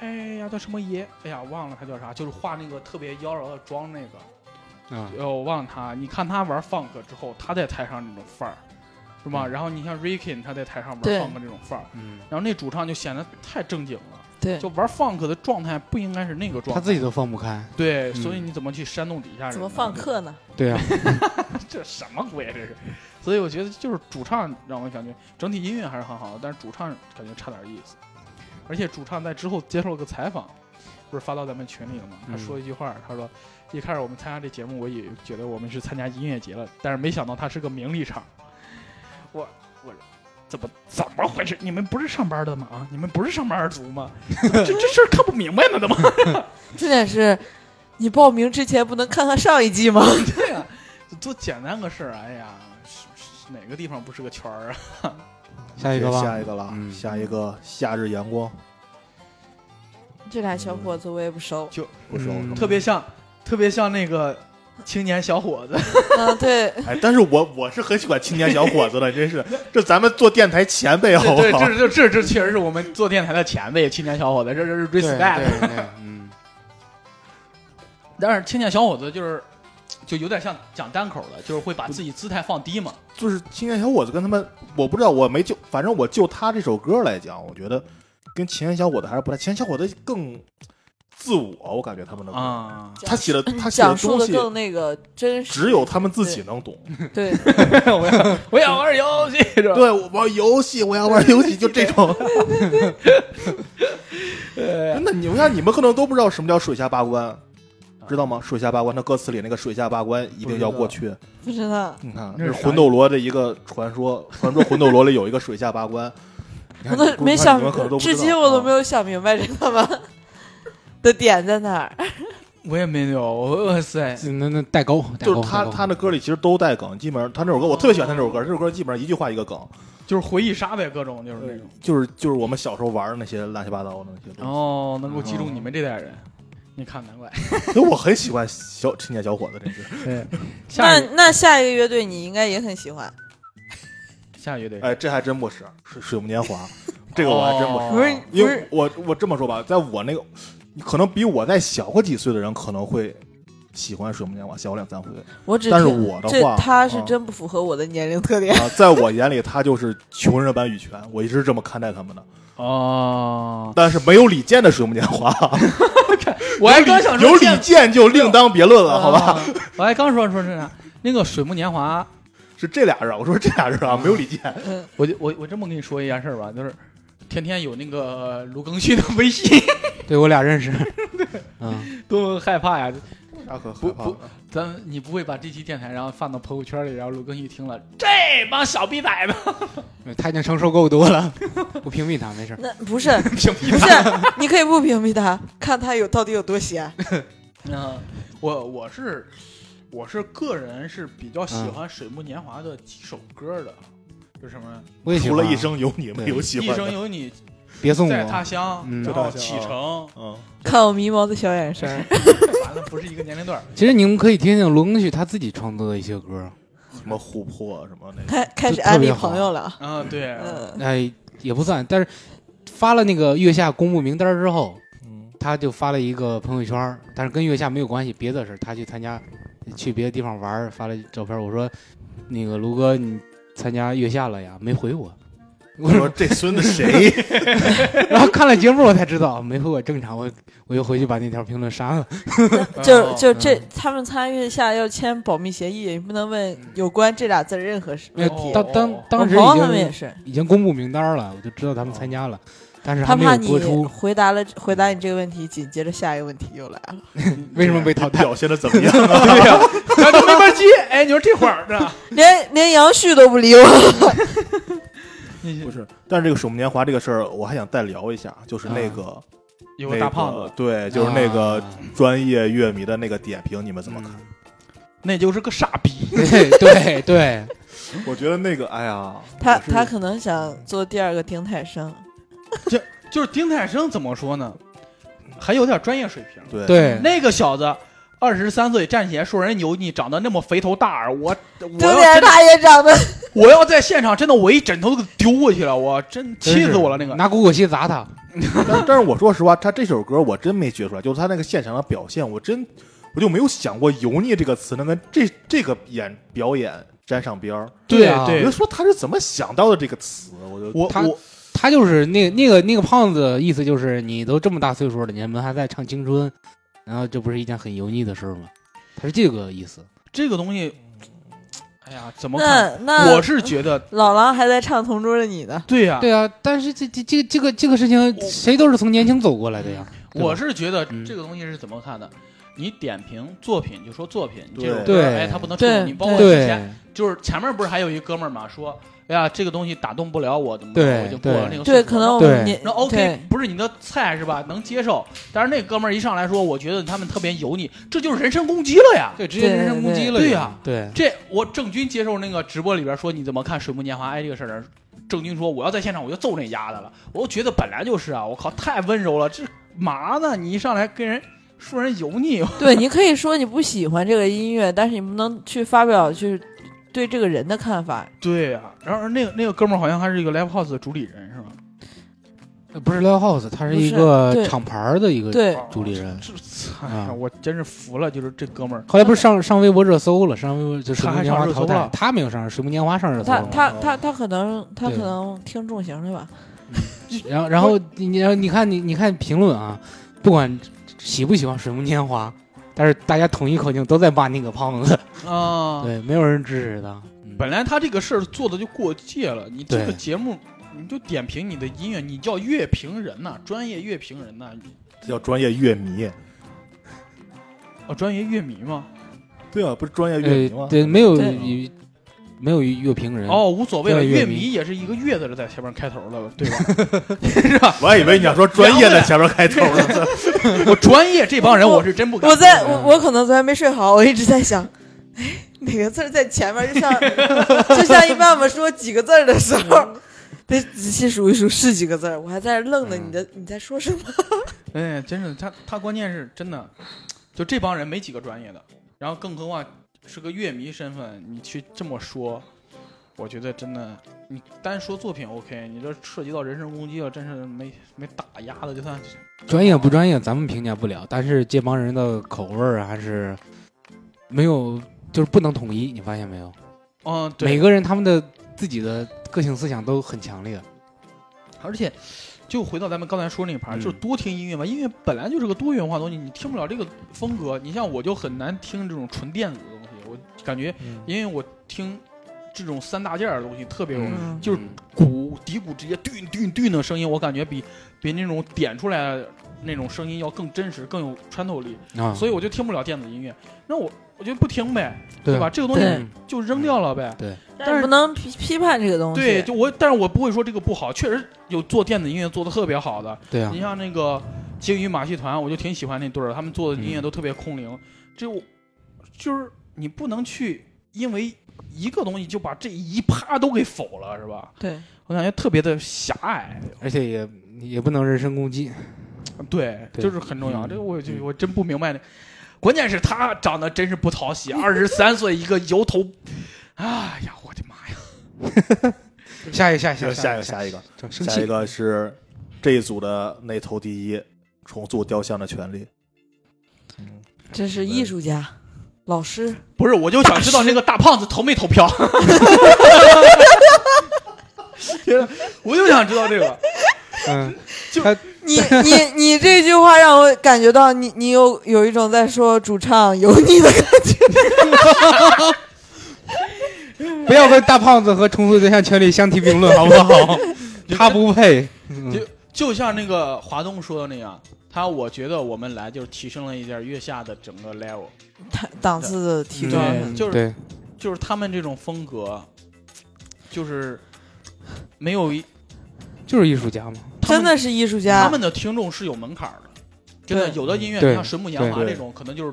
[SPEAKER 2] 哎呀，叫什么爷？哎呀，忘了他叫啥，就是画那个特别妖娆的妆那个，
[SPEAKER 3] 啊，
[SPEAKER 2] 呃，我忘了他。你看他玩 funk 之后，他在台上那种范儿，是吧？
[SPEAKER 3] 嗯
[SPEAKER 2] 然后你像 Ricky，他在台上玩
[SPEAKER 4] 对
[SPEAKER 2] funk 这种范儿，
[SPEAKER 3] 嗯，
[SPEAKER 2] 然后那主唱就显得太正经了，
[SPEAKER 4] 对，
[SPEAKER 2] 就玩 funk 的状态不应该是那个状
[SPEAKER 3] 他
[SPEAKER 2] 态。
[SPEAKER 3] 自己都放不开，
[SPEAKER 2] 对，
[SPEAKER 3] 嗯
[SPEAKER 2] 所以你怎么去煽动底下人？
[SPEAKER 4] 怎么放？课呢？
[SPEAKER 3] 对啊，
[SPEAKER 2] 这什么鬼啊这是？ 所以我觉得就是主唱让我感觉整体音乐还是很好的，但是主唱感觉差点意思。而且主唱在之后接受了个采访，不是发到咱们群里了吗？他
[SPEAKER 3] 嗯
[SPEAKER 2] 说一句话，他说一开始我们参加这节目，我也觉得我们是参加音乐节了，但是没想到它是个名利场。 我我怎么怎么回事？你们不是上班的吗？啊，你们不是上班族 吗？怎么这这事儿看不明白 呢？怎么？
[SPEAKER 4] 重点是，你报名之前不能看看上一季吗？
[SPEAKER 2] 对呀、就多简单个事儿，哎呀，是是哪个地方不是个圈儿啊？
[SPEAKER 3] 下一个吧，
[SPEAKER 1] 下一个了，
[SPEAKER 3] 嗯
[SPEAKER 1] 下一个夏日阳光，
[SPEAKER 4] 这俩小伙子我也不熟。
[SPEAKER 1] 不熟
[SPEAKER 3] 嗯
[SPEAKER 1] 是
[SPEAKER 2] 特
[SPEAKER 1] 吧？
[SPEAKER 2] 别像，特别像那个青年小伙子。
[SPEAKER 4] 嗯，对，
[SPEAKER 1] 哎，但是我我是很喜欢青年小伙子的，真 是这咱们做电台前辈好不
[SPEAKER 2] 对，
[SPEAKER 1] 好？
[SPEAKER 2] 这这这这确实是我们做电台的前辈，青年小伙子，这这是追
[SPEAKER 3] 对
[SPEAKER 2] s
[SPEAKER 3] 对
[SPEAKER 2] t y
[SPEAKER 3] 对，对嗯，
[SPEAKER 2] 但是青年小伙子就是。就有点像讲单口的，就是会把自己姿态放低嘛。
[SPEAKER 1] 就是青年小伙子跟他们，我不知道，我没就，反正我就他这首歌来讲，我觉得跟青年小伙子还是不太，青年小伙子更自我，我感觉他们的歌，
[SPEAKER 2] 啊，
[SPEAKER 1] 他写的他写的
[SPEAKER 4] 讲述
[SPEAKER 1] 东
[SPEAKER 4] 的
[SPEAKER 1] 西
[SPEAKER 4] 更那个真实。
[SPEAKER 1] 只有他们自己能懂。
[SPEAKER 4] 对，
[SPEAKER 2] 我要我要玩游 戏是吧？
[SPEAKER 1] 对，我玩游戏，我要玩游戏，就这种。
[SPEAKER 2] 呃
[SPEAKER 1] 真的，你我看你们可能都不知道什么叫水下八关，知道吗？水下八关，它歌词里那个水下八关一定要过去。
[SPEAKER 4] 不知道，
[SPEAKER 1] 你看，
[SPEAKER 2] 那
[SPEAKER 1] 这
[SPEAKER 2] 是
[SPEAKER 1] 嗯是魂斗罗的一个传说， 传说魂斗罗里有一个水下八 关，你
[SPEAKER 4] 我
[SPEAKER 1] 看
[SPEAKER 4] 都没想
[SPEAKER 1] 你们可能都，不知
[SPEAKER 4] 至
[SPEAKER 1] 道
[SPEAKER 4] 今我都没
[SPEAKER 1] 啊
[SPEAKER 4] 有想明白这 他妈的点在哪儿。
[SPEAKER 2] 我也没有，我哇塞，
[SPEAKER 3] 那那代沟，代
[SPEAKER 1] 就
[SPEAKER 3] 沟
[SPEAKER 1] 是他
[SPEAKER 3] 代沟
[SPEAKER 1] 他的歌里其实都带梗，基本上他那首歌我特别喜欢他这首歌，这首歌基本上一句话一个梗，
[SPEAKER 2] 就是回忆杀呗，各种就是那种。
[SPEAKER 1] 就是就是我们小时候玩的那些乱七八糟的那些东西。
[SPEAKER 2] 哦，能够击
[SPEAKER 1] 嗯
[SPEAKER 2] 中你们这代人，你看难怪。
[SPEAKER 1] 所以我很喜欢小青年小伙子这是。
[SPEAKER 2] 对，下
[SPEAKER 4] 那
[SPEAKER 2] 雨
[SPEAKER 4] 那下一个乐队你应该也很喜欢，
[SPEAKER 2] 下雨得
[SPEAKER 1] 哎，这还真不是水水木年华， 这个我还真不
[SPEAKER 2] 哦
[SPEAKER 1] 是。
[SPEAKER 4] 不是
[SPEAKER 1] 因
[SPEAKER 4] 不
[SPEAKER 1] 为
[SPEAKER 4] 是
[SPEAKER 1] 我我这么说吧，在我那个，你可能比我再小个几岁的人可能会喜欢水木年华，小我两三回。
[SPEAKER 4] 我只
[SPEAKER 1] 但是
[SPEAKER 4] 听
[SPEAKER 1] 我的
[SPEAKER 4] 这
[SPEAKER 1] 话，
[SPEAKER 4] 他是
[SPEAKER 3] 嗯
[SPEAKER 1] 啊
[SPEAKER 4] 真不符合我的年龄特点。
[SPEAKER 1] 啊，在我眼里他就是穷人版羽泉，我一直这么看待他们的。
[SPEAKER 2] 哦，
[SPEAKER 1] 但是没有李健的水木年华，
[SPEAKER 2] 我还刚想说
[SPEAKER 1] 有李
[SPEAKER 2] 见
[SPEAKER 1] 健就另当别论了，好吧？
[SPEAKER 2] 啊我还刚说说是啥，那个《水木年华》，
[SPEAKER 1] 是这俩人啊，我说这俩人啊，没有李健。
[SPEAKER 2] 我就我我这么跟你说一件事儿吧，就是天天有那个呃卢庚戌的微信，
[SPEAKER 3] 对我 俩认识，嗯，
[SPEAKER 2] 多害怕呀！
[SPEAKER 1] 啥可
[SPEAKER 2] 不不，咱你不会把这期电台然后放到朋友圈里，然后卢庚戌听了，这帮小逼崽子，
[SPEAKER 3] 他已经承受够多了，我屏蔽他没事儿。
[SPEAKER 4] 那不是
[SPEAKER 2] 小逼
[SPEAKER 4] 不
[SPEAKER 2] 崽
[SPEAKER 4] 是，你可以不屏蔽他，看他有到底有多闲。
[SPEAKER 2] 子。嗯，我我是我是个人是比较喜
[SPEAKER 1] 嗯
[SPEAKER 2] 欢水木年华的几首歌的，就是什么
[SPEAKER 3] 我也喜
[SPEAKER 1] 除
[SPEAKER 3] 欢
[SPEAKER 1] 了
[SPEAKER 3] 啊
[SPEAKER 1] 一生有你，没有喜
[SPEAKER 2] 一
[SPEAKER 1] 欢
[SPEAKER 2] 生
[SPEAKER 1] 的。
[SPEAKER 2] 有你
[SPEAKER 3] 别送
[SPEAKER 2] 在他
[SPEAKER 3] 我，
[SPEAKER 2] 乡，
[SPEAKER 3] 嗯
[SPEAKER 2] 然后启程，
[SPEAKER 1] 嗯，
[SPEAKER 4] 看我迷茫的小眼神儿，
[SPEAKER 2] 完了不是一个年龄段儿。
[SPEAKER 3] 其实你们可以听听罗庚旭他自己创作的一些歌，
[SPEAKER 1] 什么琥珀啊什么那 个，
[SPEAKER 4] 开开始
[SPEAKER 3] 这特
[SPEAKER 4] 安
[SPEAKER 3] 别
[SPEAKER 4] 利
[SPEAKER 3] 好
[SPEAKER 4] 朋友了。
[SPEAKER 2] 嗯，对，
[SPEAKER 4] 嗯，
[SPEAKER 3] 哎，也不算，但是发了那个月下公布名单之后，
[SPEAKER 1] 嗯，
[SPEAKER 3] 他就发了一个朋友圈儿，但是跟月下没有关系，别的事儿。他去参加，去别的地方玩儿，发了照片儿。我说，那个卢哥，你参加月下了呀？没回 我。我
[SPEAKER 1] 我说
[SPEAKER 3] 说，
[SPEAKER 1] 这孙子谁？
[SPEAKER 3] 然后看了节目我才知道没回我正常，我我又回去把那条评论删了。
[SPEAKER 2] 哦
[SPEAKER 4] 就就
[SPEAKER 3] 嗯
[SPEAKER 4] 这，他们参与下要签保密协议，你不能问有关这俩字儿任何事
[SPEAKER 1] 哦
[SPEAKER 3] 呃
[SPEAKER 4] 问题。
[SPEAKER 3] 当当当时
[SPEAKER 4] 我
[SPEAKER 3] 已
[SPEAKER 4] 朋友他们也
[SPEAKER 3] 经
[SPEAKER 4] 是，
[SPEAKER 3] 已经公布名单了，我就知道
[SPEAKER 1] 哦
[SPEAKER 3] 他们参加了，但是
[SPEAKER 4] 他
[SPEAKER 3] 还没
[SPEAKER 4] 怕
[SPEAKER 3] 有
[SPEAKER 4] 你
[SPEAKER 3] 播出。
[SPEAKER 4] 回答了回答你这个问题，紧接着下一个问题又来了，
[SPEAKER 3] 为什么被淘汰？
[SPEAKER 1] 表现的怎么 样啊？
[SPEAKER 2] 对呀，咱都没法接。哎，你说这会儿 呢？
[SPEAKER 4] 连连杨旭都不理我。
[SPEAKER 1] 不是，但是这个水木年华这个事儿，我还想再聊一下，就是那个
[SPEAKER 2] 有个大胖
[SPEAKER 1] 那个
[SPEAKER 2] 子，
[SPEAKER 1] 对，就是那个
[SPEAKER 3] 啊
[SPEAKER 1] 专业乐迷的那个点评，你们怎么看？
[SPEAKER 2] 那就是个傻逼。
[SPEAKER 3] 对 对对，
[SPEAKER 1] 我觉得那个，哎呀，
[SPEAKER 4] 他
[SPEAKER 1] 我是
[SPEAKER 4] 他可能想做第二个丁太生，
[SPEAKER 2] 就是丁太生怎么说呢？还有点专业水平。
[SPEAKER 1] 对
[SPEAKER 3] 对
[SPEAKER 2] 那个小子二十三岁站起来说人牛，你长得那么肥头大耳，我我
[SPEAKER 4] 重
[SPEAKER 2] 要
[SPEAKER 4] 点
[SPEAKER 2] 真
[SPEAKER 4] 是
[SPEAKER 2] 的
[SPEAKER 4] 他也长得，
[SPEAKER 2] 我要在现场真的我一枕头都给丢过去了，我真
[SPEAKER 3] 真
[SPEAKER 2] 气
[SPEAKER 3] 是
[SPEAKER 2] 死我了那个。
[SPEAKER 3] 拿果果器砸他，
[SPEAKER 1] 但但是我说实话，他这首歌我真没觉出来，就是他那个现场的表现，我真我就没有想过“油腻”这个词能跟这这个演表演沾上边儿。
[SPEAKER 3] 对啊
[SPEAKER 1] 我
[SPEAKER 2] 对
[SPEAKER 1] 就，说他是怎么想到的这个词，我就
[SPEAKER 2] 我
[SPEAKER 3] 他
[SPEAKER 2] 我
[SPEAKER 3] 他就是那那个那个胖子，意思就是你都这么大岁数了，你们还在唱青春，然后这不是一件很油腻的事儿吗？他是这个意思。
[SPEAKER 2] 这个东西，哎呀，怎么看？
[SPEAKER 4] 那那
[SPEAKER 2] 我是觉得，
[SPEAKER 4] 老狼还在唱《同桌的你》呢。
[SPEAKER 2] 对呀，
[SPEAKER 3] 对啊，但是这这这这个这个事情，谁都是从年轻走过来的呀。对吧
[SPEAKER 2] 我是觉得
[SPEAKER 3] 嗯
[SPEAKER 2] 这个东西是怎么看的？你点评作品就说作品，你
[SPEAKER 1] 对
[SPEAKER 2] 这首歌，
[SPEAKER 3] 对
[SPEAKER 2] 哎，他不能触动你。
[SPEAKER 4] 对
[SPEAKER 2] 包括之前，
[SPEAKER 3] 对
[SPEAKER 2] 就是前面不是还有一哥们儿嘛，说，哎呀，这个东西打动不了我，怎么办
[SPEAKER 3] 对
[SPEAKER 2] 我已经过了那个岁数
[SPEAKER 4] 对，
[SPEAKER 2] 了
[SPEAKER 4] 可能我
[SPEAKER 3] 对
[SPEAKER 4] 们年
[SPEAKER 2] 那 OK 不是你的菜是吧？能接受，但是那哥们儿一上来说，我觉得他们特别油腻，这就是人身攻击了呀。
[SPEAKER 3] 对，直接人身攻击了。
[SPEAKER 2] 对啊
[SPEAKER 3] 呀
[SPEAKER 2] 呀，
[SPEAKER 3] 对啊
[SPEAKER 2] 这我郑钧接受那个直播里边说你怎么看《水木年华》哎这个事儿的时候，郑钧说我要在现场我就揍那丫的了。我觉得本来就是啊，我靠太温柔了，这嘛呢？你一上来跟人说人油腻，
[SPEAKER 4] 对，你可以说你不喜欢这个音乐，但是你不能去发表就是对这个人的看法。
[SPEAKER 2] 对呀、然后那个那个哥们儿好像还是一个 live house 的主理人是吧？
[SPEAKER 3] 不是 Live House，他是一
[SPEAKER 4] 不是
[SPEAKER 3] 个
[SPEAKER 4] 对
[SPEAKER 3] 厂牌儿的一个。
[SPEAKER 4] 对，
[SPEAKER 3] 主理人
[SPEAKER 2] 这哎呀，
[SPEAKER 3] 啊
[SPEAKER 2] 我真是服了，就是这哥们儿。
[SPEAKER 3] 后来不是上上微博热搜了，上微博就《水
[SPEAKER 2] 他
[SPEAKER 3] 木
[SPEAKER 2] 还
[SPEAKER 3] 年
[SPEAKER 2] 上
[SPEAKER 3] 华》
[SPEAKER 2] 热搜
[SPEAKER 3] 淘汰
[SPEAKER 2] 了，
[SPEAKER 3] 他没有上，《水木年华》上热搜
[SPEAKER 4] 他
[SPEAKER 3] 了。
[SPEAKER 4] 他他他可能他可
[SPEAKER 3] 对
[SPEAKER 4] 能听重型的吧，
[SPEAKER 3] 然后然后你然后你看你你看评论啊，不管喜不喜欢《水木年华》，但是大家统一口径都在骂那个胖子，
[SPEAKER 2] 啊，
[SPEAKER 3] 对，没有人支持他。嗯
[SPEAKER 2] 本来他这个事儿做的就过界了，你这
[SPEAKER 3] 对
[SPEAKER 2] 个节目你就点评你的音乐，你叫乐评人呐、专业乐评人呐、
[SPEAKER 1] 这叫专业乐迷。
[SPEAKER 2] 哦，专业乐迷吗？
[SPEAKER 1] 对啊，不是专业乐迷吗？
[SPEAKER 3] 呃，对，没有
[SPEAKER 4] 对
[SPEAKER 3] 与没有乐评人，
[SPEAKER 2] 哦，无所谓了，
[SPEAKER 3] 专业
[SPEAKER 2] 乐
[SPEAKER 3] 乐迷
[SPEAKER 2] 迷也是一个乐字在前面开头了，对吧？是吧？
[SPEAKER 1] 我还以为你要说专业在前面开头呢。
[SPEAKER 2] 我专业这帮人我是真不敢。
[SPEAKER 4] 我在我我可能昨天没睡好，我一直在想，哎，哪个字儿在前面？就像 就像一般我们说几个字儿的时候，得仔细数一数是几个字儿。我还在这儿愣呢，
[SPEAKER 3] 嗯
[SPEAKER 4] 你的你在说什么？
[SPEAKER 2] 哎，真是他，他关键是真的，就这帮人没几个专业的，然后更何况是个乐迷身份，你去这么说，我觉得真的，你单说作品 OK，你这涉及到人身攻击啊了，真是没没打压的，就算
[SPEAKER 3] 专业不专业咱们评价不了，但是这帮人的口味儿还是没有，就是不能统一，你发现没有？
[SPEAKER 2] 嗯，对，
[SPEAKER 3] 每个人他们的自己的个性思想都很强烈，
[SPEAKER 2] 而且，就回到咱们刚才说那一盘儿，
[SPEAKER 3] 嗯
[SPEAKER 2] 就是多听音乐嘛，音乐本来就是个多元化的东西，你听不了这个风格，你像我就很难听这种纯电子的东西，我感觉嗯因为我听这种三大件儿的东西特别容易。
[SPEAKER 4] 嗯
[SPEAKER 2] 就是鼓底鼓直接嘚嘚嘚的声音，我感觉比比那种点出来的那种声音要更真实，更有穿透力，
[SPEAKER 3] 啊，
[SPEAKER 2] 所以我就听不了电子音乐。那我我就不听呗，
[SPEAKER 3] 对
[SPEAKER 2] 吧？？这个东西
[SPEAKER 4] 对
[SPEAKER 3] 嗯
[SPEAKER 2] 就扔掉了呗。但
[SPEAKER 4] 但
[SPEAKER 2] 是
[SPEAKER 4] 是不能批批判这个东西。
[SPEAKER 2] 对，就我，但是我不会说这个不好，确实有做电子音乐做的特别好的，
[SPEAKER 3] 对啊
[SPEAKER 2] 你，像那个鲸鱼马戏团，我就挺喜欢那对儿，他们做的音乐都特别空灵。这我就是你不能去因为一个东西就把这一趴都给否了，是吧？
[SPEAKER 4] 对，
[SPEAKER 2] 我感觉特别的狭隘，
[SPEAKER 3] 而且也也不能人身攻击，
[SPEAKER 2] 对，
[SPEAKER 3] 对
[SPEAKER 2] 就是很重要。
[SPEAKER 3] 嗯
[SPEAKER 2] 这个我就
[SPEAKER 3] 嗯
[SPEAKER 2] 我真不明白那，关键是他长得真是不 讨喜，啊二十三岁一个油头，哎呀，我的妈呀！
[SPEAKER 3] 下一个，下一
[SPEAKER 1] 下
[SPEAKER 3] 个，
[SPEAKER 1] 下一个，
[SPEAKER 3] 一
[SPEAKER 1] 下一个，
[SPEAKER 3] 个，生
[SPEAKER 1] 下一
[SPEAKER 3] 气，
[SPEAKER 1] 个是这一组的那头第一，重塑雕像的权利。
[SPEAKER 4] 这是艺术家、老师，
[SPEAKER 2] 不是，我就想知道那个大胖子投没投票。 天啊我就想知道这个，
[SPEAKER 3] 嗯，
[SPEAKER 4] 你你你这句话让我感觉到你你有有一种在说主唱油腻的感觉。
[SPEAKER 3] 不要跟大胖子和重塑对象权利相提并论，好不 好？他不配，嗯
[SPEAKER 2] 就像那个华东说的那样，他我觉得我们来就是提升了一点月下的整个 level，
[SPEAKER 4] 档次的提
[SPEAKER 2] 对
[SPEAKER 4] 高，
[SPEAKER 2] 嗯就是
[SPEAKER 3] 对，
[SPEAKER 2] 就是他们这种风格，就是没有一
[SPEAKER 3] 就是艺术家嘛，
[SPEAKER 2] 他们
[SPEAKER 4] 真的是艺术家。
[SPEAKER 2] 他们的听众是有门槛儿的，真的
[SPEAKER 4] 对
[SPEAKER 2] 有的音乐，
[SPEAKER 3] 对
[SPEAKER 2] 你像水木年华
[SPEAKER 1] 对
[SPEAKER 2] 这种，可能就是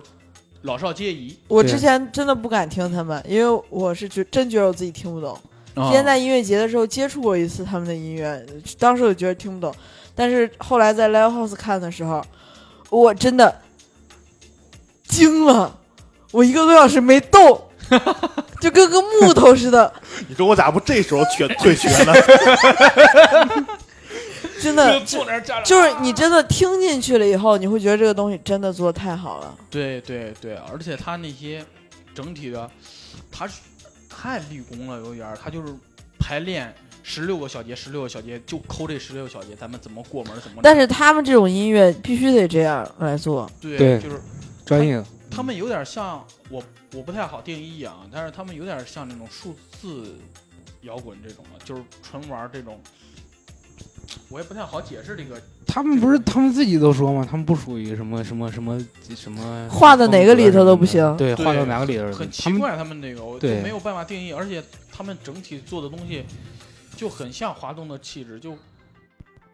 [SPEAKER 2] 老少皆宜。
[SPEAKER 4] 我
[SPEAKER 3] 对
[SPEAKER 4] 之前真的不敢听他们，因为我是觉真觉得我自己听不懂。之前
[SPEAKER 2] 现
[SPEAKER 4] 在音乐节的时候接触过一次他们的音乐，当时我觉得听不懂，但是后来在 Live House 看的时候，我真的惊了，我一个多小时没动， 就跟个木头似的，
[SPEAKER 1] 你说我咋不这时候缺退学呢？
[SPEAKER 4] 真
[SPEAKER 2] 就
[SPEAKER 4] 的
[SPEAKER 2] 坐那儿站着，
[SPEAKER 4] 就是你真的听进去了以后，你会觉得这个东西真的做的太好了。
[SPEAKER 2] 对对对，而且他那些整体的，他是太立功了，有点儿，他就是排练十六个小节，十六个小节就抠这十六个小节，咱们怎么过门儿怎么弄。
[SPEAKER 4] 但是他们这种音乐必须得这样来做，
[SPEAKER 2] 对，
[SPEAKER 3] 对
[SPEAKER 2] 就是
[SPEAKER 3] 专业的，
[SPEAKER 2] 他们有点像我，我不太好定义啊，但是他们有点像那种数字摇滚这种的，就是纯玩儿这种，我也不太好解释这个
[SPEAKER 3] 他们不是他们自己都说嘛，他们不属于什么什么什么什么
[SPEAKER 4] 画到哪个里头都不行
[SPEAKER 3] 风格什么的
[SPEAKER 2] 对
[SPEAKER 3] 对，画到哪个里头都
[SPEAKER 2] 很
[SPEAKER 3] 他
[SPEAKER 2] 奇
[SPEAKER 3] 们
[SPEAKER 2] 怪，他们这个我就
[SPEAKER 3] 对
[SPEAKER 2] 没有办法定义，而且他们整体做的东西就很像华东的气质，就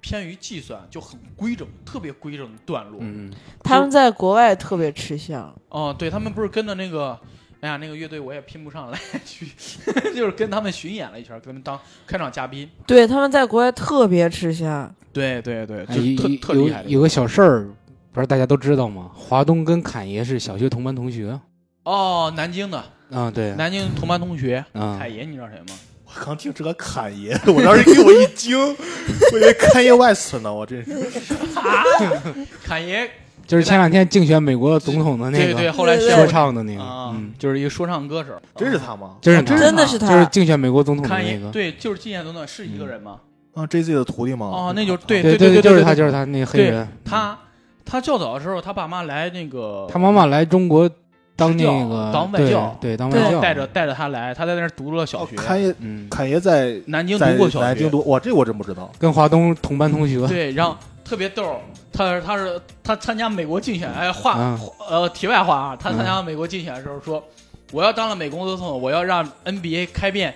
[SPEAKER 2] 偏于计算，就很规整，特别规整的段落。
[SPEAKER 3] 嗯，
[SPEAKER 4] 他们在国外特别吃香。
[SPEAKER 2] 哦，对他们不是跟着那个，哎呀，那个乐队我也拼不上来， 去就是跟他们巡演了一圈，给他们当开场嘉宾。
[SPEAKER 4] 对，他们在国外特别吃香。
[SPEAKER 2] 对对对，
[SPEAKER 3] 哎
[SPEAKER 2] 就是特
[SPEAKER 3] 有
[SPEAKER 2] 特厉害的
[SPEAKER 3] 有有个小事儿，不是大家都知道吗？华东跟侃爷是小学同班同学
[SPEAKER 2] 哦，南京的
[SPEAKER 3] 啊，对，
[SPEAKER 2] 南京同班同学
[SPEAKER 3] 啊
[SPEAKER 2] 凯，爷，你知道谁吗？
[SPEAKER 1] 我刚听这个侃爷，我当时给我一惊，我以为 Kanye West 呢，我真是。
[SPEAKER 2] 凯爷，
[SPEAKER 3] 就是前两天竞选美国总统的那
[SPEAKER 2] 对对，
[SPEAKER 3] 个
[SPEAKER 2] 后来
[SPEAKER 4] 对
[SPEAKER 2] 学
[SPEAKER 4] 对
[SPEAKER 3] 说
[SPEAKER 4] 对
[SPEAKER 3] 唱的那个，
[SPEAKER 2] 啊
[SPEAKER 3] 嗯，，
[SPEAKER 2] 就是一个说唱歌手，
[SPEAKER 1] 真是他吗？
[SPEAKER 3] 真是
[SPEAKER 2] 啊
[SPEAKER 3] 他，
[SPEAKER 4] 真的
[SPEAKER 2] 吗
[SPEAKER 4] 是
[SPEAKER 3] 就是
[SPEAKER 4] 他，
[SPEAKER 3] 竞选美国总统的
[SPEAKER 2] 看
[SPEAKER 3] 那
[SPEAKER 2] 一
[SPEAKER 3] 个，
[SPEAKER 2] 对，就是纪念总统是一个人吗？
[SPEAKER 1] 啊，J Z 的徒弟吗？
[SPEAKER 2] 哦，那就对
[SPEAKER 3] 对
[SPEAKER 2] 对对，
[SPEAKER 3] 就是他，
[SPEAKER 2] 对
[SPEAKER 3] 就是他那个黑人，
[SPEAKER 2] 他他较早的时候，他爸妈来那个
[SPEAKER 3] 他妈妈来中国当
[SPEAKER 2] 支教
[SPEAKER 3] 那个
[SPEAKER 2] 当外
[SPEAKER 3] 对
[SPEAKER 2] 教
[SPEAKER 3] 对当
[SPEAKER 2] 然
[SPEAKER 3] 外
[SPEAKER 2] 后
[SPEAKER 3] 教，
[SPEAKER 2] 带着带着他来，他在那儿读了小学，
[SPEAKER 1] 哦侃爷，
[SPEAKER 3] 嗯，
[SPEAKER 1] 侃爷在
[SPEAKER 2] 南京
[SPEAKER 1] 在
[SPEAKER 2] 读过小学，
[SPEAKER 1] 南京读，哇，这我真不知道。
[SPEAKER 3] 跟华东同班同学，
[SPEAKER 2] 对，然后特别逗儿，他他是他参加美国竞选，哎，话、
[SPEAKER 3] 嗯
[SPEAKER 2] 呃，题外话啊，他参
[SPEAKER 1] 嗯
[SPEAKER 2] 加美国竞选的时候说，我要当了美国总统，我要让 NBA 开遍。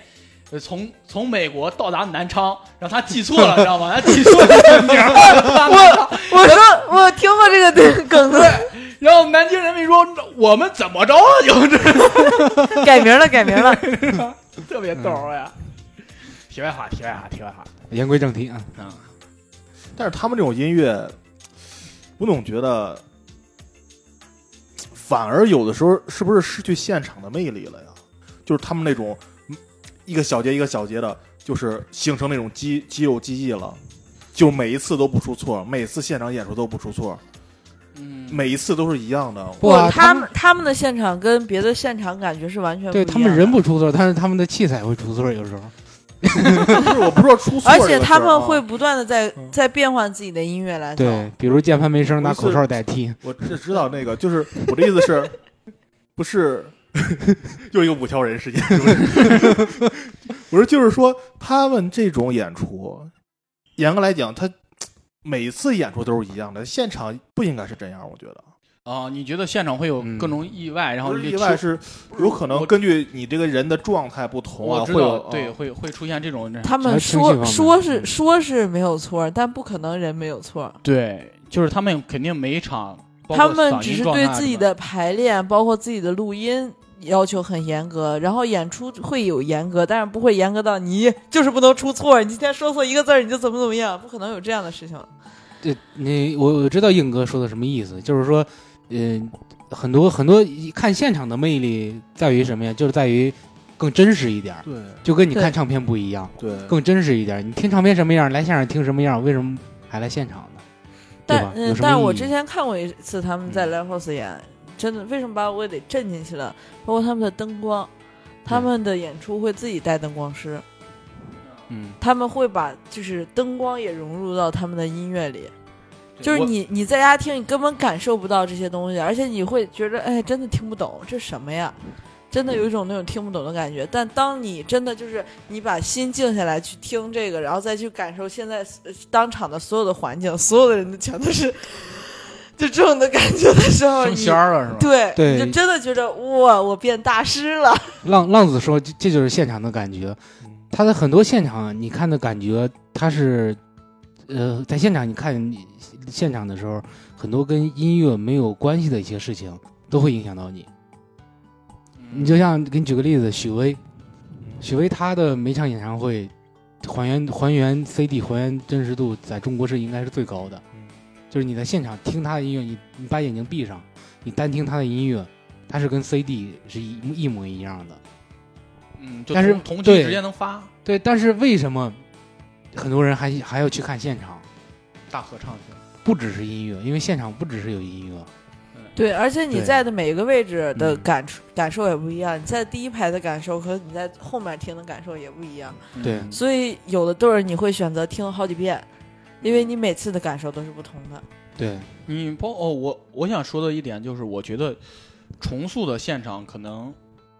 [SPEAKER 2] 呃从从美国到达南昌，然后他记错了，知 道吗？他记错了名儿到达南昌，
[SPEAKER 4] 我说我听过这个梗子，
[SPEAKER 2] 然后南京人民说我们怎么着啊？ 就这
[SPEAKER 4] 改名了，改名了。
[SPEAKER 2] 特别逗儿呀。
[SPEAKER 1] 嗯
[SPEAKER 2] 题外话，题外话，题外话。
[SPEAKER 3] 言归正题啊，
[SPEAKER 1] 但是他们这种音乐，我总觉得，反而有的时候是不是失去现场的魅力了呀？就是他们那种嗯一个小节一个小节的，就是形成那种肌肌肉记忆了，就每一次都不出错，每次现场演出都不出错，
[SPEAKER 2] 嗯，
[SPEAKER 1] 每一次都是一样的。
[SPEAKER 3] 不啊，
[SPEAKER 4] 他
[SPEAKER 3] 们
[SPEAKER 4] 们他们的现场跟别的现场感觉是完全不
[SPEAKER 3] 对
[SPEAKER 4] 一样的
[SPEAKER 3] 他们人，不出错，但是他们的器材会出错，有时候。
[SPEAKER 1] 不是我不知道出错
[SPEAKER 4] 而
[SPEAKER 1] 这个事儿啊，
[SPEAKER 4] 且他们会不断的在
[SPEAKER 1] 嗯
[SPEAKER 4] 在变换自己的音乐来走。
[SPEAKER 3] 对，比如键盘没声，拿
[SPEAKER 1] 我
[SPEAKER 3] 口
[SPEAKER 1] 是
[SPEAKER 3] 哨代替。
[SPEAKER 1] 我这知道那个，就是我的意思是，不是 又一个五条人事件，是不是？我说就是说，他们这种演出，严格来讲，他每次演出都是一样的，现场不应该是这样，我觉得。
[SPEAKER 2] 啊，你觉得现场会有
[SPEAKER 3] 嗯
[SPEAKER 2] 各种意外，然后
[SPEAKER 1] 不是
[SPEAKER 2] 你
[SPEAKER 1] 意
[SPEAKER 2] 就
[SPEAKER 1] 外
[SPEAKER 2] 出
[SPEAKER 1] 是有可能
[SPEAKER 2] 我
[SPEAKER 1] 根据你这个人的状态不同啊，
[SPEAKER 2] 我知
[SPEAKER 1] 会有
[SPEAKER 2] 道，对，
[SPEAKER 1] 啊
[SPEAKER 2] 会会出现这种人。
[SPEAKER 4] 他们
[SPEAKER 3] 还是情绪方
[SPEAKER 4] 说
[SPEAKER 3] 面
[SPEAKER 4] 说是说是没有错，但不可能人没有错。
[SPEAKER 2] 对，就是他们肯定每一场，包括
[SPEAKER 4] 他们
[SPEAKER 2] 嗓
[SPEAKER 4] 只
[SPEAKER 2] 音
[SPEAKER 4] 是
[SPEAKER 2] 状
[SPEAKER 4] 对
[SPEAKER 2] 态
[SPEAKER 4] 自己
[SPEAKER 2] 什么
[SPEAKER 4] 的排练，包括自己的录音要求很严格，然后演出会有严格，但是不会严格到你就是不能出错，你今天说错一个字儿你就怎么怎么样，不可能有这样的事情。
[SPEAKER 3] 对，你我我知道硬哥说的什么意思，就是说，嗯、很多很多一看现场的魅力在于什么呀？就是在于更真实一点儿，
[SPEAKER 1] 对
[SPEAKER 3] 就跟你
[SPEAKER 4] 对
[SPEAKER 3] 看唱片不一样，
[SPEAKER 1] 对
[SPEAKER 3] 更真实一点儿。你听唱片什么样，来现场听什么样，为什么还来现场呢？对
[SPEAKER 4] 但
[SPEAKER 3] 吧有
[SPEAKER 4] 嗯
[SPEAKER 3] 什，么
[SPEAKER 4] 但是我
[SPEAKER 3] 意义
[SPEAKER 4] 之前看过一次他们在 Live House 演，真的为什么把我给震进去了？包括他们的灯光，他们的演出会自己带灯光师，
[SPEAKER 3] 嗯，
[SPEAKER 4] 他们会把就是灯光也融入到他们的音乐里。
[SPEAKER 2] 对
[SPEAKER 4] 就是
[SPEAKER 2] 我
[SPEAKER 4] 你你在家听，你根本感受不到这些东西，而且你会觉得哎，真的听不懂这什么呀，真的有一种那种听不懂的感觉。但当你真的就是你把心静下来去听这个，然后再去感受现在呃当场的所有的环境，所有的人的全都是就这种的感觉的时候，
[SPEAKER 2] 升
[SPEAKER 4] 你
[SPEAKER 2] 仙儿了是啊吧？
[SPEAKER 4] 对，
[SPEAKER 3] 对
[SPEAKER 4] 你就真的觉得哇，我变大师了。
[SPEAKER 3] 浪浪子说这这就是现场的感觉，他的很多现场啊你看的感觉，他是，呃，在现场你看现场的时候，很多跟音乐没有关系的一些事情都会影响到你。你
[SPEAKER 1] 嗯
[SPEAKER 3] 就像给你举个例子，许巍，许巍他的每场演唱会还原还原 CD 还原真实度在中国是应该是最高的，
[SPEAKER 2] 嗯
[SPEAKER 3] 就是你在现场听他的音乐，你你把眼睛闭上，你单听他的音乐，它是跟 CD 是一一模一样的。
[SPEAKER 2] 嗯，就
[SPEAKER 3] 但是
[SPEAKER 2] 同同期
[SPEAKER 3] 对
[SPEAKER 2] 直接能发
[SPEAKER 3] 对，但是为什么很多人还还要去看现场？
[SPEAKER 2] 大合唱去。
[SPEAKER 3] 不只是音乐，因为现场不只是有音乐，
[SPEAKER 2] 嗯
[SPEAKER 4] 对，而且你
[SPEAKER 3] 对
[SPEAKER 4] 在的每一个位置的
[SPEAKER 3] 嗯
[SPEAKER 4] 感触、感受也不一样，你在第一排的感受和你在后面听的感受也不一样，
[SPEAKER 3] 对
[SPEAKER 2] 嗯
[SPEAKER 4] 所以有的队儿你会选择听好几遍，因为你每次的感受都是不同的。
[SPEAKER 3] 对，
[SPEAKER 2] 你包哦，我我想说的一点就是，我觉得重塑的现场可能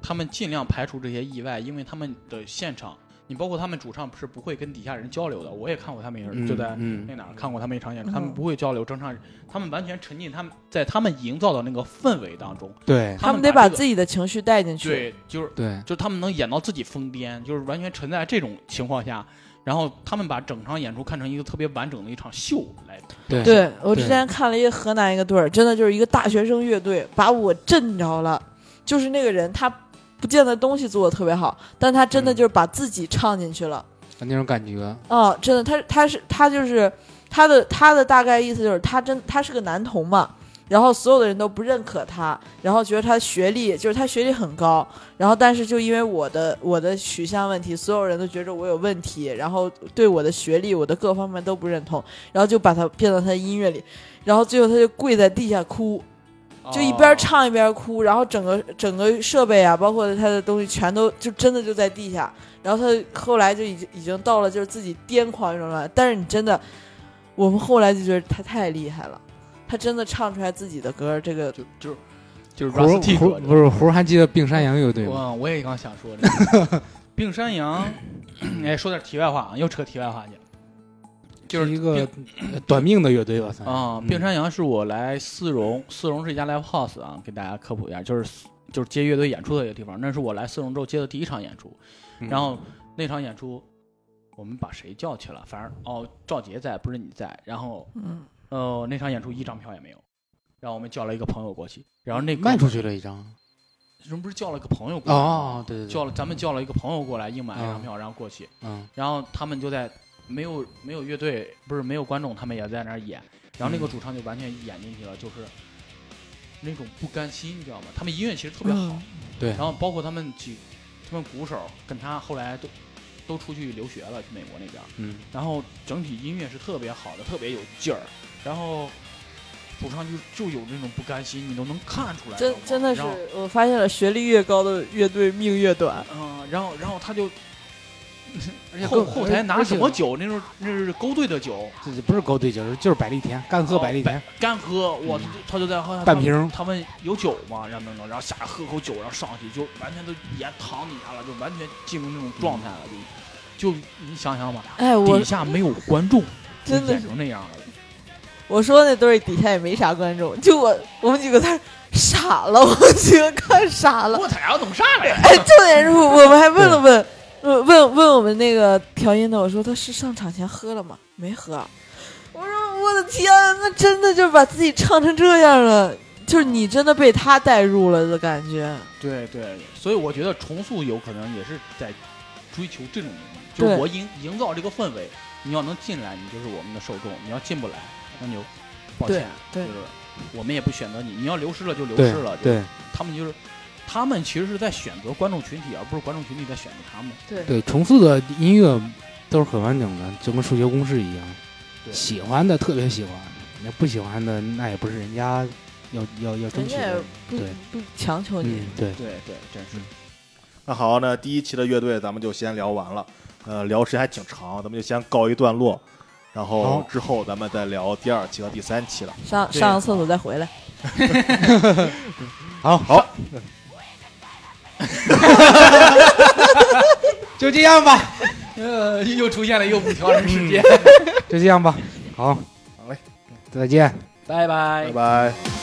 [SPEAKER 2] 他们尽量排除这些意外，因为他们的现场，你包括他们主唱是不会跟底下人交流的。我也看过他们一人
[SPEAKER 3] 嗯
[SPEAKER 2] 就在
[SPEAKER 3] 嗯
[SPEAKER 2] 那哪儿看过他们一场演出，
[SPEAKER 4] 嗯
[SPEAKER 2] 他们不会交流，正常，他们完全沉浸他们在他们营造的那个氛围当中，
[SPEAKER 3] 对
[SPEAKER 4] 他
[SPEAKER 2] 们
[SPEAKER 4] 得把
[SPEAKER 2] 把
[SPEAKER 4] 自己的情绪带进
[SPEAKER 2] 己
[SPEAKER 4] 去。
[SPEAKER 2] 对，就是
[SPEAKER 3] 对
[SPEAKER 2] 就是他们能演到自己疯癫，就是完全沉在这种情况下，然后他们把整场演出看成一个特别完整的一场秀来。
[SPEAKER 3] 对
[SPEAKER 4] 对我之
[SPEAKER 3] 对
[SPEAKER 4] 前看了一个河南一个队儿，真的就是一个大学生乐队，把我震着了。就是那个人他不见得东西做的特别好，但他真的
[SPEAKER 3] 嗯
[SPEAKER 4] 就是把自己唱进去了。
[SPEAKER 3] 那种感觉，
[SPEAKER 4] 哦，真的，他他是他就是他的他的大概意思就是他真他是个男童嘛，然后所有的人都不认可他，然后觉得他学历就是他学历很高，然后但是就因为我的我的取向问题，所有人都觉着我有问题，然后对我的学历我的各方面都不认同，然后就把他变到他的音乐里，然后最后他就跪在地下哭，就一
[SPEAKER 2] 哦
[SPEAKER 4] 边唱一边哭，然后整个整个设备啊，包括他的东西，全都就真的就在地下。然后他后来就已经已经到了就是自己癫狂一种状态。但是你真的，我们后来就觉得他太厉害了，他真的唱出来自己的歌，这个
[SPEAKER 2] 就就是哦就是
[SPEAKER 3] 胡
[SPEAKER 2] Rusty
[SPEAKER 3] 胡
[SPEAKER 2] 哥
[SPEAKER 3] 不是胡还记得病山羊乐队吗？
[SPEAKER 2] 我我也刚想说这个， 病山羊，哎，说点题外话啊，又扯题外话去了，就是
[SPEAKER 3] 一个呃短命的乐队吧，算是
[SPEAKER 2] 啊，
[SPEAKER 3] 嗯
[SPEAKER 2] 病山羊是我来丝绒，丝绒是一家 live house 啊，给大家科普一下，就是就是接乐队演出的一个地方。那是我来丝绒之后接的第一场演出，
[SPEAKER 3] 嗯
[SPEAKER 2] 然后那场演出我们把谁叫去了？反正哦，赵杰在，不是你在。然后
[SPEAKER 4] 嗯，
[SPEAKER 2] 呃，那场演出一张票也没有，然后我们叫了一个朋友过去，然后那个
[SPEAKER 3] 嗯卖出去了一张
[SPEAKER 2] 人不是叫了个朋友过来吗，
[SPEAKER 3] 哦，对对对，
[SPEAKER 2] 叫了咱们叫了一个朋友过来硬买一张票，然后过去。
[SPEAKER 3] 嗯
[SPEAKER 2] 然后他们就在没有没有乐队，不是没有观众，他们也在那儿演。然后
[SPEAKER 3] 嗯
[SPEAKER 2] 那个主唱就完全演进去了，就是那种不甘心，你知道吗？他们音乐其实特别
[SPEAKER 4] 嗯
[SPEAKER 2] 好，
[SPEAKER 3] 对
[SPEAKER 2] 然后包括他们几，他们鼓手跟他后来都都出去留学了，去美国那边。
[SPEAKER 3] 嗯
[SPEAKER 2] 然后整体音乐是特别好的，特别有劲儿。然后主唱就就有那种不甘心，你都能看出来。
[SPEAKER 4] 真
[SPEAKER 2] 知道吗
[SPEAKER 4] 真的是
[SPEAKER 2] 然后，
[SPEAKER 4] 我发现了，学历越高的乐队命越短。
[SPEAKER 2] 嗯，然后然后他就
[SPEAKER 3] 而且
[SPEAKER 2] 后
[SPEAKER 3] 更
[SPEAKER 2] 后台拿什？么
[SPEAKER 3] 而且
[SPEAKER 2] 酒？那时候那是勾兑的酒，
[SPEAKER 3] 这这不是狗对酒，就是百利甜，干喝
[SPEAKER 2] 哦
[SPEAKER 3] 百利甜，
[SPEAKER 2] 干喝，我
[SPEAKER 3] 嗯
[SPEAKER 2] 他就在后面
[SPEAKER 3] 半瓶儿
[SPEAKER 2] 他问有酒吗？然后等等，然后下来喝口酒，然后上去就完全都也躺底下了，就完全进入那种状态了，
[SPEAKER 3] 嗯
[SPEAKER 2] 就就你想想吧，
[SPEAKER 4] 哎，我
[SPEAKER 2] 底下没有观众，就
[SPEAKER 4] 真的
[SPEAKER 2] 演
[SPEAKER 4] 是
[SPEAKER 2] 成那样了。
[SPEAKER 4] 我说那队儿底下也没啥观众，就我我们几个在那儿傻了，我们几个看傻了。
[SPEAKER 2] 我操，要懂啥嘞？
[SPEAKER 4] 哎，重点是我我们还问了问，问问问我们那个调音的，我说他是上场前喝了吗？没喝。啊我说我的天，啊那真的就把自己唱成这样了，就是你真的被他带入了的感觉。
[SPEAKER 2] 对对，所以我觉得重塑有可能也是在追求这种东西，就是
[SPEAKER 4] 对
[SPEAKER 2] 我营营造这个氛围，你要能进来，你就是我们的受众；你要进不来，那你就抱
[SPEAKER 4] 对
[SPEAKER 2] 歉，
[SPEAKER 4] 对
[SPEAKER 2] 就是我们也不选择你，你要流失了就流
[SPEAKER 3] 对
[SPEAKER 2] 失了，
[SPEAKER 3] 对
[SPEAKER 2] 他们就是，他们其实是在选择观众群体，而不是观众群体在选择他们。
[SPEAKER 4] 对
[SPEAKER 3] 对，重塑的音乐都是很完整的，就跟数学公式一样，
[SPEAKER 2] 对
[SPEAKER 3] 喜欢的特别喜欢，那不喜欢的那也不是人家要要要争
[SPEAKER 4] 人
[SPEAKER 3] 取
[SPEAKER 4] 家也
[SPEAKER 3] 的，
[SPEAKER 4] 不
[SPEAKER 3] 对
[SPEAKER 4] 不强求你。
[SPEAKER 3] 嗯对，
[SPEAKER 2] 对对，真是。
[SPEAKER 1] 那好，那第一期的乐队咱们就先聊完了，呃，聊时间还挺长，咱们就先告一段落，然后
[SPEAKER 3] 好
[SPEAKER 1] 之后咱们再聊第二期和第三期了。
[SPEAKER 4] 上
[SPEAKER 2] 对
[SPEAKER 4] 上个厕所再回来。
[SPEAKER 3] 好好，就这样吧，
[SPEAKER 2] 呃，又出现了又补调整时间。
[SPEAKER 3] 就这样吧，好，
[SPEAKER 1] 好嘞，
[SPEAKER 3] 再见。
[SPEAKER 2] 拜拜
[SPEAKER 1] 拜。拜。